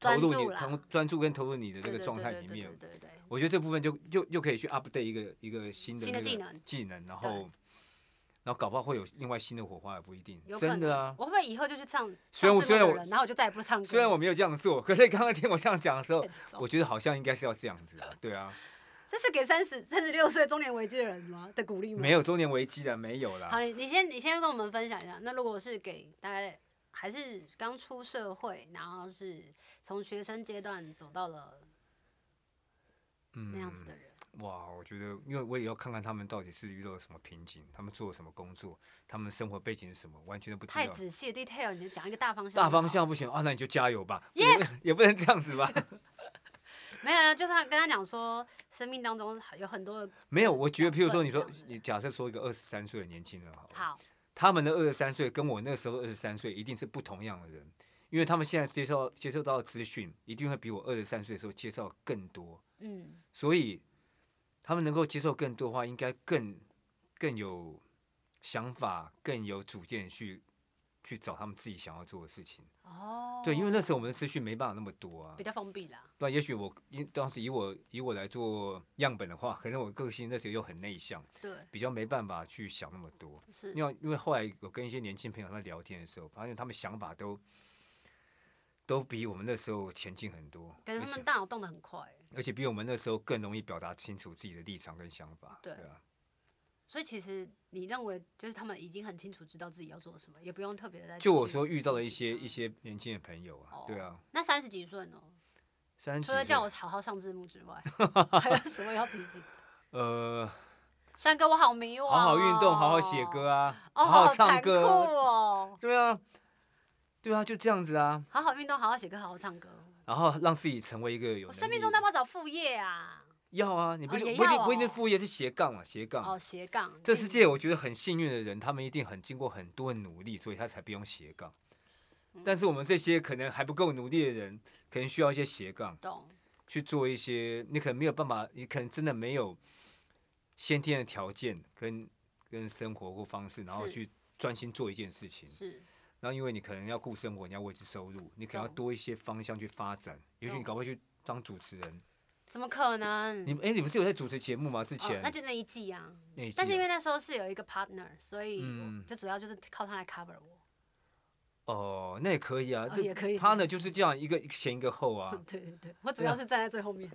Speaker 2: 投
Speaker 1: 专
Speaker 2: 入
Speaker 1: 注
Speaker 2: 你
Speaker 1: 啦
Speaker 2: 投专注跟投入你的这
Speaker 1: 对
Speaker 2: 个
Speaker 1: 对
Speaker 2: 状
Speaker 1: 对
Speaker 2: 态
Speaker 1: 对
Speaker 2: 里
Speaker 1: 对
Speaker 2: 面
Speaker 1: 对。对对
Speaker 2: 我觉得这部分就就就可以去 update 一个一个新的
Speaker 1: 新的
Speaker 2: 那个
Speaker 1: 技能
Speaker 2: 技能，然
Speaker 1: 对
Speaker 2: 后然后搞不好会有另外新的火花也不一定
Speaker 1: 有，可
Speaker 2: 真
Speaker 1: 能
Speaker 2: 的啊。
Speaker 1: 我会不会以后就去唱？
Speaker 2: 虽然
Speaker 1: 唱字幕
Speaker 2: 我虽然
Speaker 1: 的
Speaker 2: 我
Speaker 1: 人然后我就再也不唱歌。
Speaker 2: 虽然我没有这样做，可是刚刚听我这样讲的时候
Speaker 3: 欠，揍
Speaker 2: 我觉得好像应该是要这样子啊，对啊，
Speaker 1: 这是给三十三十六岁中年危机的人吗的鼓励吗？
Speaker 2: 没。有中啊年危机了，没有
Speaker 1: 嗯好，
Speaker 2: 啦。
Speaker 1: 你你先你先跟我们分享一下。那如果是给大概还是刚出社会，然后是从学生阶段走到了那样子
Speaker 2: 嗯
Speaker 1: 的人，
Speaker 2: 哇，我觉得，因为我也要看看他们到底是遇到了什么瓶颈，他们做了什么工作，他们生活背景是什么，完全都不知
Speaker 1: 太
Speaker 2: 道。
Speaker 1: 仔细的 detail，你就讲一个大方向就好。
Speaker 2: 大方向不行啊，那你就加油吧。也也不能这样子
Speaker 1: *laughs*
Speaker 2: 吧。
Speaker 1: 没有，啊，就是他跟他讲说，生命当中有很多的
Speaker 2: 没有，我觉得，譬如
Speaker 1: 养
Speaker 2: 说，
Speaker 1: 分
Speaker 2: 你说
Speaker 1: 这样子
Speaker 2: 你假设说一个二十三岁的年轻人好了，
Speaker 1: 好，
Speaker 2: 他们的二十三岁跟我那时候二十三岁一定是不同样的人，因为他们现在接受接受到的资讯，一定会比我二十三岁的时候接受更多，
Speaker 1: 嗯，
Speaker 2: 所以他们能够接受更多的话，应该更更有想法，更有主见去去找他们自己想要做的事情。
Speaker 1: 哦，
Speaker 2: 对，因为那时候我们的资讯没办法那么多啊
Speaker 1: 比。较封闭啦，
Speaker 2: 对，也许我因当时以我以我来做样本的话，可能我个性那时候又很内向，
Speaker 1: 对，
Speaker 2: 比较没办法去想那么多。
Speaker 1: 是
Speaker 2: 因为因为后来我跟一些年轻朋友他们聊天的时候，发现他们想法都都比我们那时候前进很多，
Speaker 1: 感觉
Speaker 2: 而
Speaker 1: 他们
Speaker 2: 且
Speaker 1: 大脑动得很快，
Speaker 2: 而且比我们那时候更容易表达清楚自己的立场跟想法。
Speaker 1: 对
Speaker 2: 啊，
Speaker 1: 所以其实你认为就是他们已经很清楚知道自己要做什么，也不用特别的在
Speaker 2: 就我说遇到了一
Speaker 1: 提醒
Speaker 2: 些
Speaker 1: 他
Speaker 2: 一些年轻的朋友啊，对啊，
Speaker 1: 那三十几岁呢，
Speaker 2: 三
Speaker 1: 哦除
Speaker 2: 十
Speaker 1: 了叫我
Speaker 2: 岁
Speaker 1: 好好上字幕之外，还有什么要提醒？ *laughs*
Speaker 2: 呃，
Speaker 1: 山哥，我好迷惘、
Speaker 2: 好好运动，好好写歌
Speaker 1: 啊，
Speaker 2: 啊，
Speaker 1: 哦，
Speaker 2: 好
Speaker 1: 残
Speaker 2: 唱
Speaker 1: 酷
Speaker 2: 歌啊，
Speaker 1: 哦，
Speaker 2: 对啊，对啊，就这样子啊，
Speaker 1: 好好运动，好好写歌，好好唱歌。哦
Speaker 2: 然后让自己成为一个有
Speaker 1: 我
Speaker 2: 能
Speaker 1: 生命
Speaker 2: 力
Speaker 1: 中要
Speaker 2: 的
Speaker 1: 不要找副业啊？
Speaker 2: 要啊，你不
Speaker 1: 哦
Speaker 2: 一定
Speaker 1: 也
Speaker 2: 不一定
Speaker 1: 要
Speaker 2: 不一定
Speaker 1: 哦
Speaker 2: 副业是斜杠啊，斜杠
Speaker 1: 哦，斜杠。
Speaker 2: 这世
Speaker 1: 嗯
Speaker 2: 界我觉得很幸运的人，他们一定很经过很多的努力，所以他才不用斜杠。
Speaker 1: 嗯
Speaker 2: 但是我们这些可能还不够努力的人，可能需要一些斜杠
Speaker 1: 懂，
Speaker 2: 去做一些，你可能没有办法，你可能真的没有先天的条件跟跟生活或方式，然后
Speaker 1: 是
Speaker 2: 去专心做一件事情。
Speaker 1: 是
Speaker 2: 然后因为你可能要顾生活，你要维持收入，你可能要
Speaker 1: 懂
Speaker 2: 多一些方向去发展。也许
Speaker 1: 懂
Speaker 2: 你搞不好去当主持人，
Speaker 1: 怎么可能？
Speaker 2: 你哎，你不是有在主持节目吗？之
Speaker 1: 哦
Speaker 2: 前，
Speaker 1: 那就那一季啊。
Speaker 2: 那一
Speaker 1: 但是
Speaker 2: 季
Speaker 1: 因
Speaker 2: 啊
Speaker 1: 为那时候是有一个 partner，所以
Speaker 2: 嗯
Speaker 1: 我就主要就是靠他来 cover 我。
Speaker 2: 哦，那也可以啊，
Speaker 1: 哦
Speaker 2: 这
Speaker 1: 也可以
Speaker 2: 他
Speaker 1: 是不，
Speaker 2: 呢就是这样一个一个前一个后啊
Speaker 1: *laughs* 对对对，我主
Speaker 2: 对啊
Speaker 1: 要是站在最后面，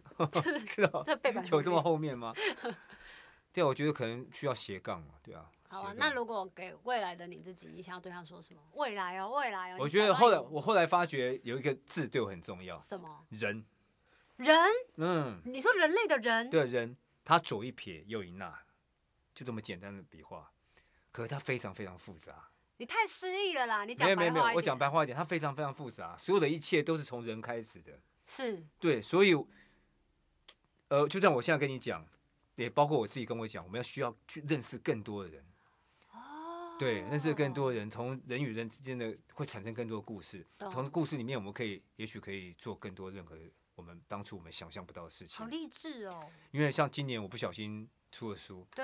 Speaker 1: *laughs*
Speaker 2: 是啊，
Speaker 1: 在背板
Speaker 2: 有这么
Speaker 1: 面
Speaker 2: 后面吗？ *laughs* 对啊，我觉得可能需要斜杠嘛，对啊。
Speaker 1: *laughs* 好啊
Speaker 2: 斜，
Speaker 1: 那
Speaker 2: 杠
Speaker 1: 如果给未来的你自己，你想要对他说什么？未来哦，未来哦。
Speaker 2: 我
Speaker 1: 你
Speaker 2: 觉
Speaker 1: 找
Speaker 2: 得
Speaker 1: 到
Speaker 2: 后
Speaker 1: 你
Speaker 2: 来我后来发觉有一个字对我很重要，
Speaker 1: 什么
Speaker 2: 人，
Speaker 1: 人？
Speaker 2: 嗯，
Speaker 1: 你说人类的人？
Speaker 2: 对人，他左一撇右一捺，就这么简单的笔画，可是它非常非常复杂。
Speaker 1: 你太失意了啦！你讲
Speaker 2: 没有没
Speaker 1: 白
Speaker 2: 有没有
Speaker 1: 话，一
Speaker 2: 我讲
Speaker 1: 点
Speaker 2: 白话一点，它非常非常复杂，所有的一切都是从人开始的。
Speaker 1: 是
Speaker 2: 对，所以，呃，就像我现在跟你讲，也包括我自己跟我讲，我们要需要去认识更多的人，
Speaker 1: 哦，
Speaker 2: 对，认识更多的人，从人与人之间的会产生更多的故事，从
Speaker 1: 懂
Speaker 2: 故事里面我们可以，也许可以做更多任何我们当初我们想象不到的事情
Speaker 1: 好。励志哦。
Speaker 2: 因为像今年我不小心出了书，
Speaker 1: 对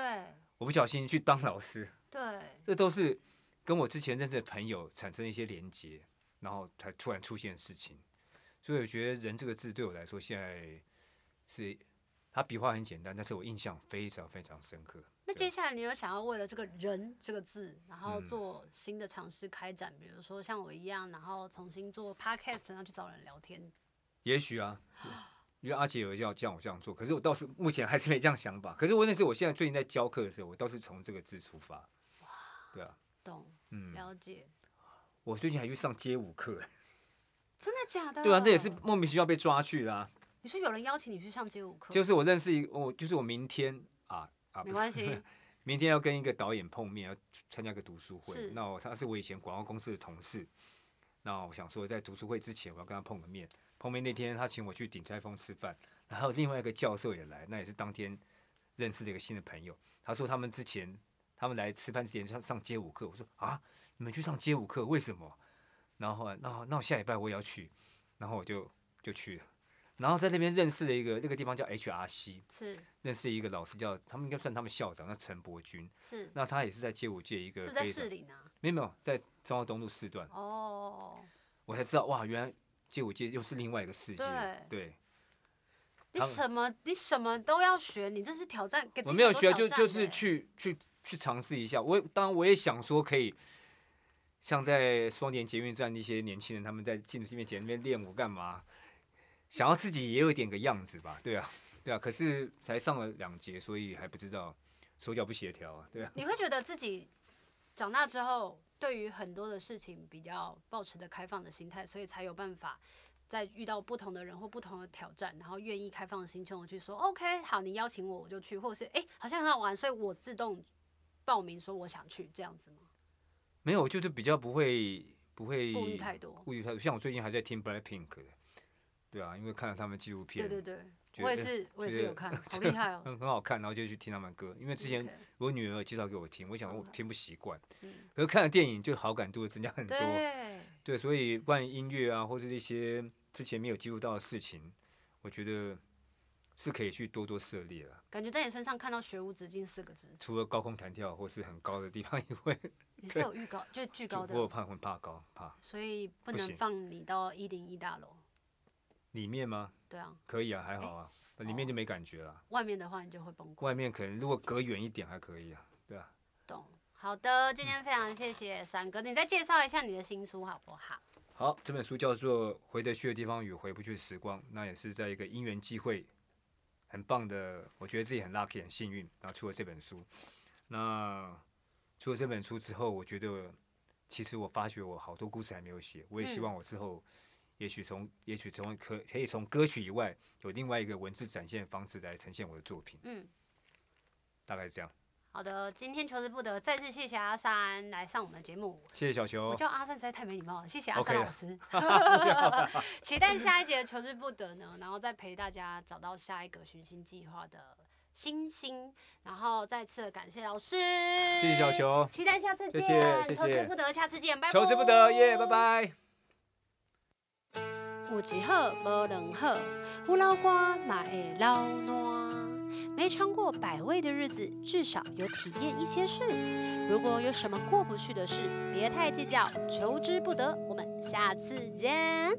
Speaker 2: 我不小心去当老师，
Speaker 1: 对，
Speaker 2: 这都是跟我之前认识的朋友产生一些连接，然后才突然出现的事情。所以我觉得“人”这个字对我来说，现在是它笔画很简单，但是我印象非常非常深刻。
Speaker 1: 那
Speaker 2: 对
Speaker 1: 接下来你有想要为了这个“人”这个字，然后
Speaker 2: 嗯
Speaker 1: 做新的尝试开展，比如说像我一样，然后重新做 podcast，然后去找人聊天，
Speaker 2: 也许啊，因为阿杰有要叫我这样做，可是我倒是目前还是没这样想法。可是我那时候，我现在最近在教课的时候，我倒是从这个字出发。对啊，
Speaker 1: 懂
Speaker 2: 嗯，
Speaker 1: 了解，
Speaker 2: 我最近还去上街舞课，
Speaker 1: 真的假的？
Speaker 2: 对啊，这也是莫名其妙被抓去啦、
Speaker 1: 你是有人邀请你去上街舞课，
Speaker 2: 就是我认识一个，我就是我明天啊
Speaker 1: 没
Speaker 2: 啊，不是，
Speaker 1: 关系，
Speaker 2: 明天要跟一个导演碰面，要参加一个读书会
Speaker 1: 是。
Speaker 2: 那我他是我以前广告公司的同事，那我想说在读书会之前我要跟他碰个面。碰面那天他请我去鼎泰丰吃饭，然后另外一个教授也来，那也是当天认识的一个新的朋友。他说他们之前他们来吃饭之前上上街舞课，我说啊，你们去上街舞课为什么？然后后来那那我下礼拜我也要去，然后我就就去了。然后在那边认识了一个那个地方叫 HRC，
Speaker 1: 是
Speaker 2: 认识一个老师叫他们应该算他们校长，叫陈伯君。
Speaker 1: 是，是
Speaker 2: 那他也是在街舞界一个
Speaker 1: 不是在
Speaker 2: 非常
Speaker 1: 市里呢？
Speaker 2: 没有没有在中华东路四段，
Speaker 1: 哦，
Speaker 2: 我才知道哇，原来街舞界又是另外一个世界。
Speaker 1: 对
Speaker 2: 对，
Speaker 1: 你
Speaker 2: 他们
Speaker 1: 什么你什么都要学，你这是挑战，给自己
Speaker 2: 我没有
Speaker 1: 很多
Speaker 2: 学，
Speaker 1: 挑
Speaker 2: 就
Speaker 1: 战
Speaker 2: 就是
Speaker 1: 的欸
Speaker 2: 去去去尝试一下。我也当然我也想说可以，像在双连捷运站那些年轻人，他们在镜子面前那边练舞干嘛？想要自己也有一点个样子吧？对啊，对啊。可是才上了两节，所以还不知道手脚不协调啊。对啊，
Speaker 1: 你会觉得自己长大之后，对于很多的事情比较保持着开放的心态，所以才有办法在遇到不同的人或不同的挑战，然后愿意开放的心胸地去说 OK，好，你邀请我我就去，或者是诶，好像很好玩，所以我自动报名说我想去这样子吗？
Speaker 2: 没有，就是比较不会不会
Speaker 1: 顾虑太多。
Speaker 2: 物语太多，像我最近还在听 Blackpink 的，对啊，因为看了他们纪录片，
Speaker 1: 对对
Speaker 2: *laughs*
Speaker 1: 对，
Speaker 2: 觉
Speaker 1: 我也
Speaker 2: 得
Speaker 1: 是我也
Speaker 2: 觉
Speaker 1: 是
Speaker 2: 得
Speaker 1: 有
Speaker 2: *laughs*
Speaker 1: 看，好厉害哦。
Speaker 2: 很很好看，然后就去听他们歌。因为之前
Speaker 1: OK
Speaker 2: 我女儿介绍给我听，我想我
Speaker 1: OK
Speaker 2: 听不习惯，
Speaker 1: 嗯
Speaker 2: 可是看了电影就好感度增加很多。
Speaker 1: 对，
Speaker 2: 对，所以关于音乐啊，或是一些之前没有记录到的事情，我觉得是可以去多多涉猎了。
Speaker 1: 感觉在你身上看到“学无止境”四个字，
Speaker 2: 除了高空弹跳或是很高的地方以外，
Speaker 1: 你是有预告，
Speaker 2: *laughs*
Speaker 1: 就是巨
Speaker 2: 就
Speaker 1: 高的
Speaker 2: 我，有怕很怕高，怕
Speaker 1: 所以不
Speaker 2: 不
Speaker 1: 能
Speaker 2: 行
Speaker 1: 放你到一零一大楼。
Speaker 2: 里面吗？
Speaker 1: 对啊，
Speaker 2: 可以啊，还好啊，里
Speaker 1: 哦
Speaker 2: 面就没感觉了。
Speaker 1: 外面的话你就会崩溃。
Speaker 2: 外面可能如果隔远一点还可以啊，对啊。
Speaker 1: 懂。好的，今天非常谢谢闪哥，你再介绍一下你的新书好不好？
Speaker 2: 好，这本书叫做《回得去的地方与回不去的时光》，那也是在一个因缘际会，很棒的，我觉得自己很 lucky 很幸运，然后出了这本书。那出了这本书之后，我觉得其实我发觉我好多故事还没有写，我也希
Speaker 1: 嗯
Speaker 2: 望我之后也许从也许从可可以从歌曲以外有另外一个文字展现方式来呈现我的作品，
Speaker 1: 嗯，
Speaker 2: 大概这样。
Speaker 1: 好的，今天求之不得，再次谢谢阿三来上我们的节目。
Speaker 2: 谢谢小球
Speaker 1: 我，叫阿三实在太没礼貌了，谢谢阿三
Speaker 2: OK 了
Speaker 1: 老师。
Speaker 2: *laughs*
Speaker 1: 期待下一节的求之不得呢，然后再陪大家找到下一个寻星计划的星星，然后再次感谢老师，
Speaker 2: 谢
Speaker 1: 谢
Speaker 2: 谢小。球，
Speaker 1: 期待下次
Speaker 2: 谢
Speaker 1: 见，
Speaker 2: 谢谢
Speaker 1: 求之
Speaker 2: 谢
Speaker 1: 不得，下次见，拜拜。
Speaker 2: 求之不得，耶，拜。拜。
Speaker 3: 有一好无两好，有老瓜嘛会老烂。没尝过百味的日子，至少有体验一些事。如果有什么过不去的事，别太计较，求之不得。我们下次见。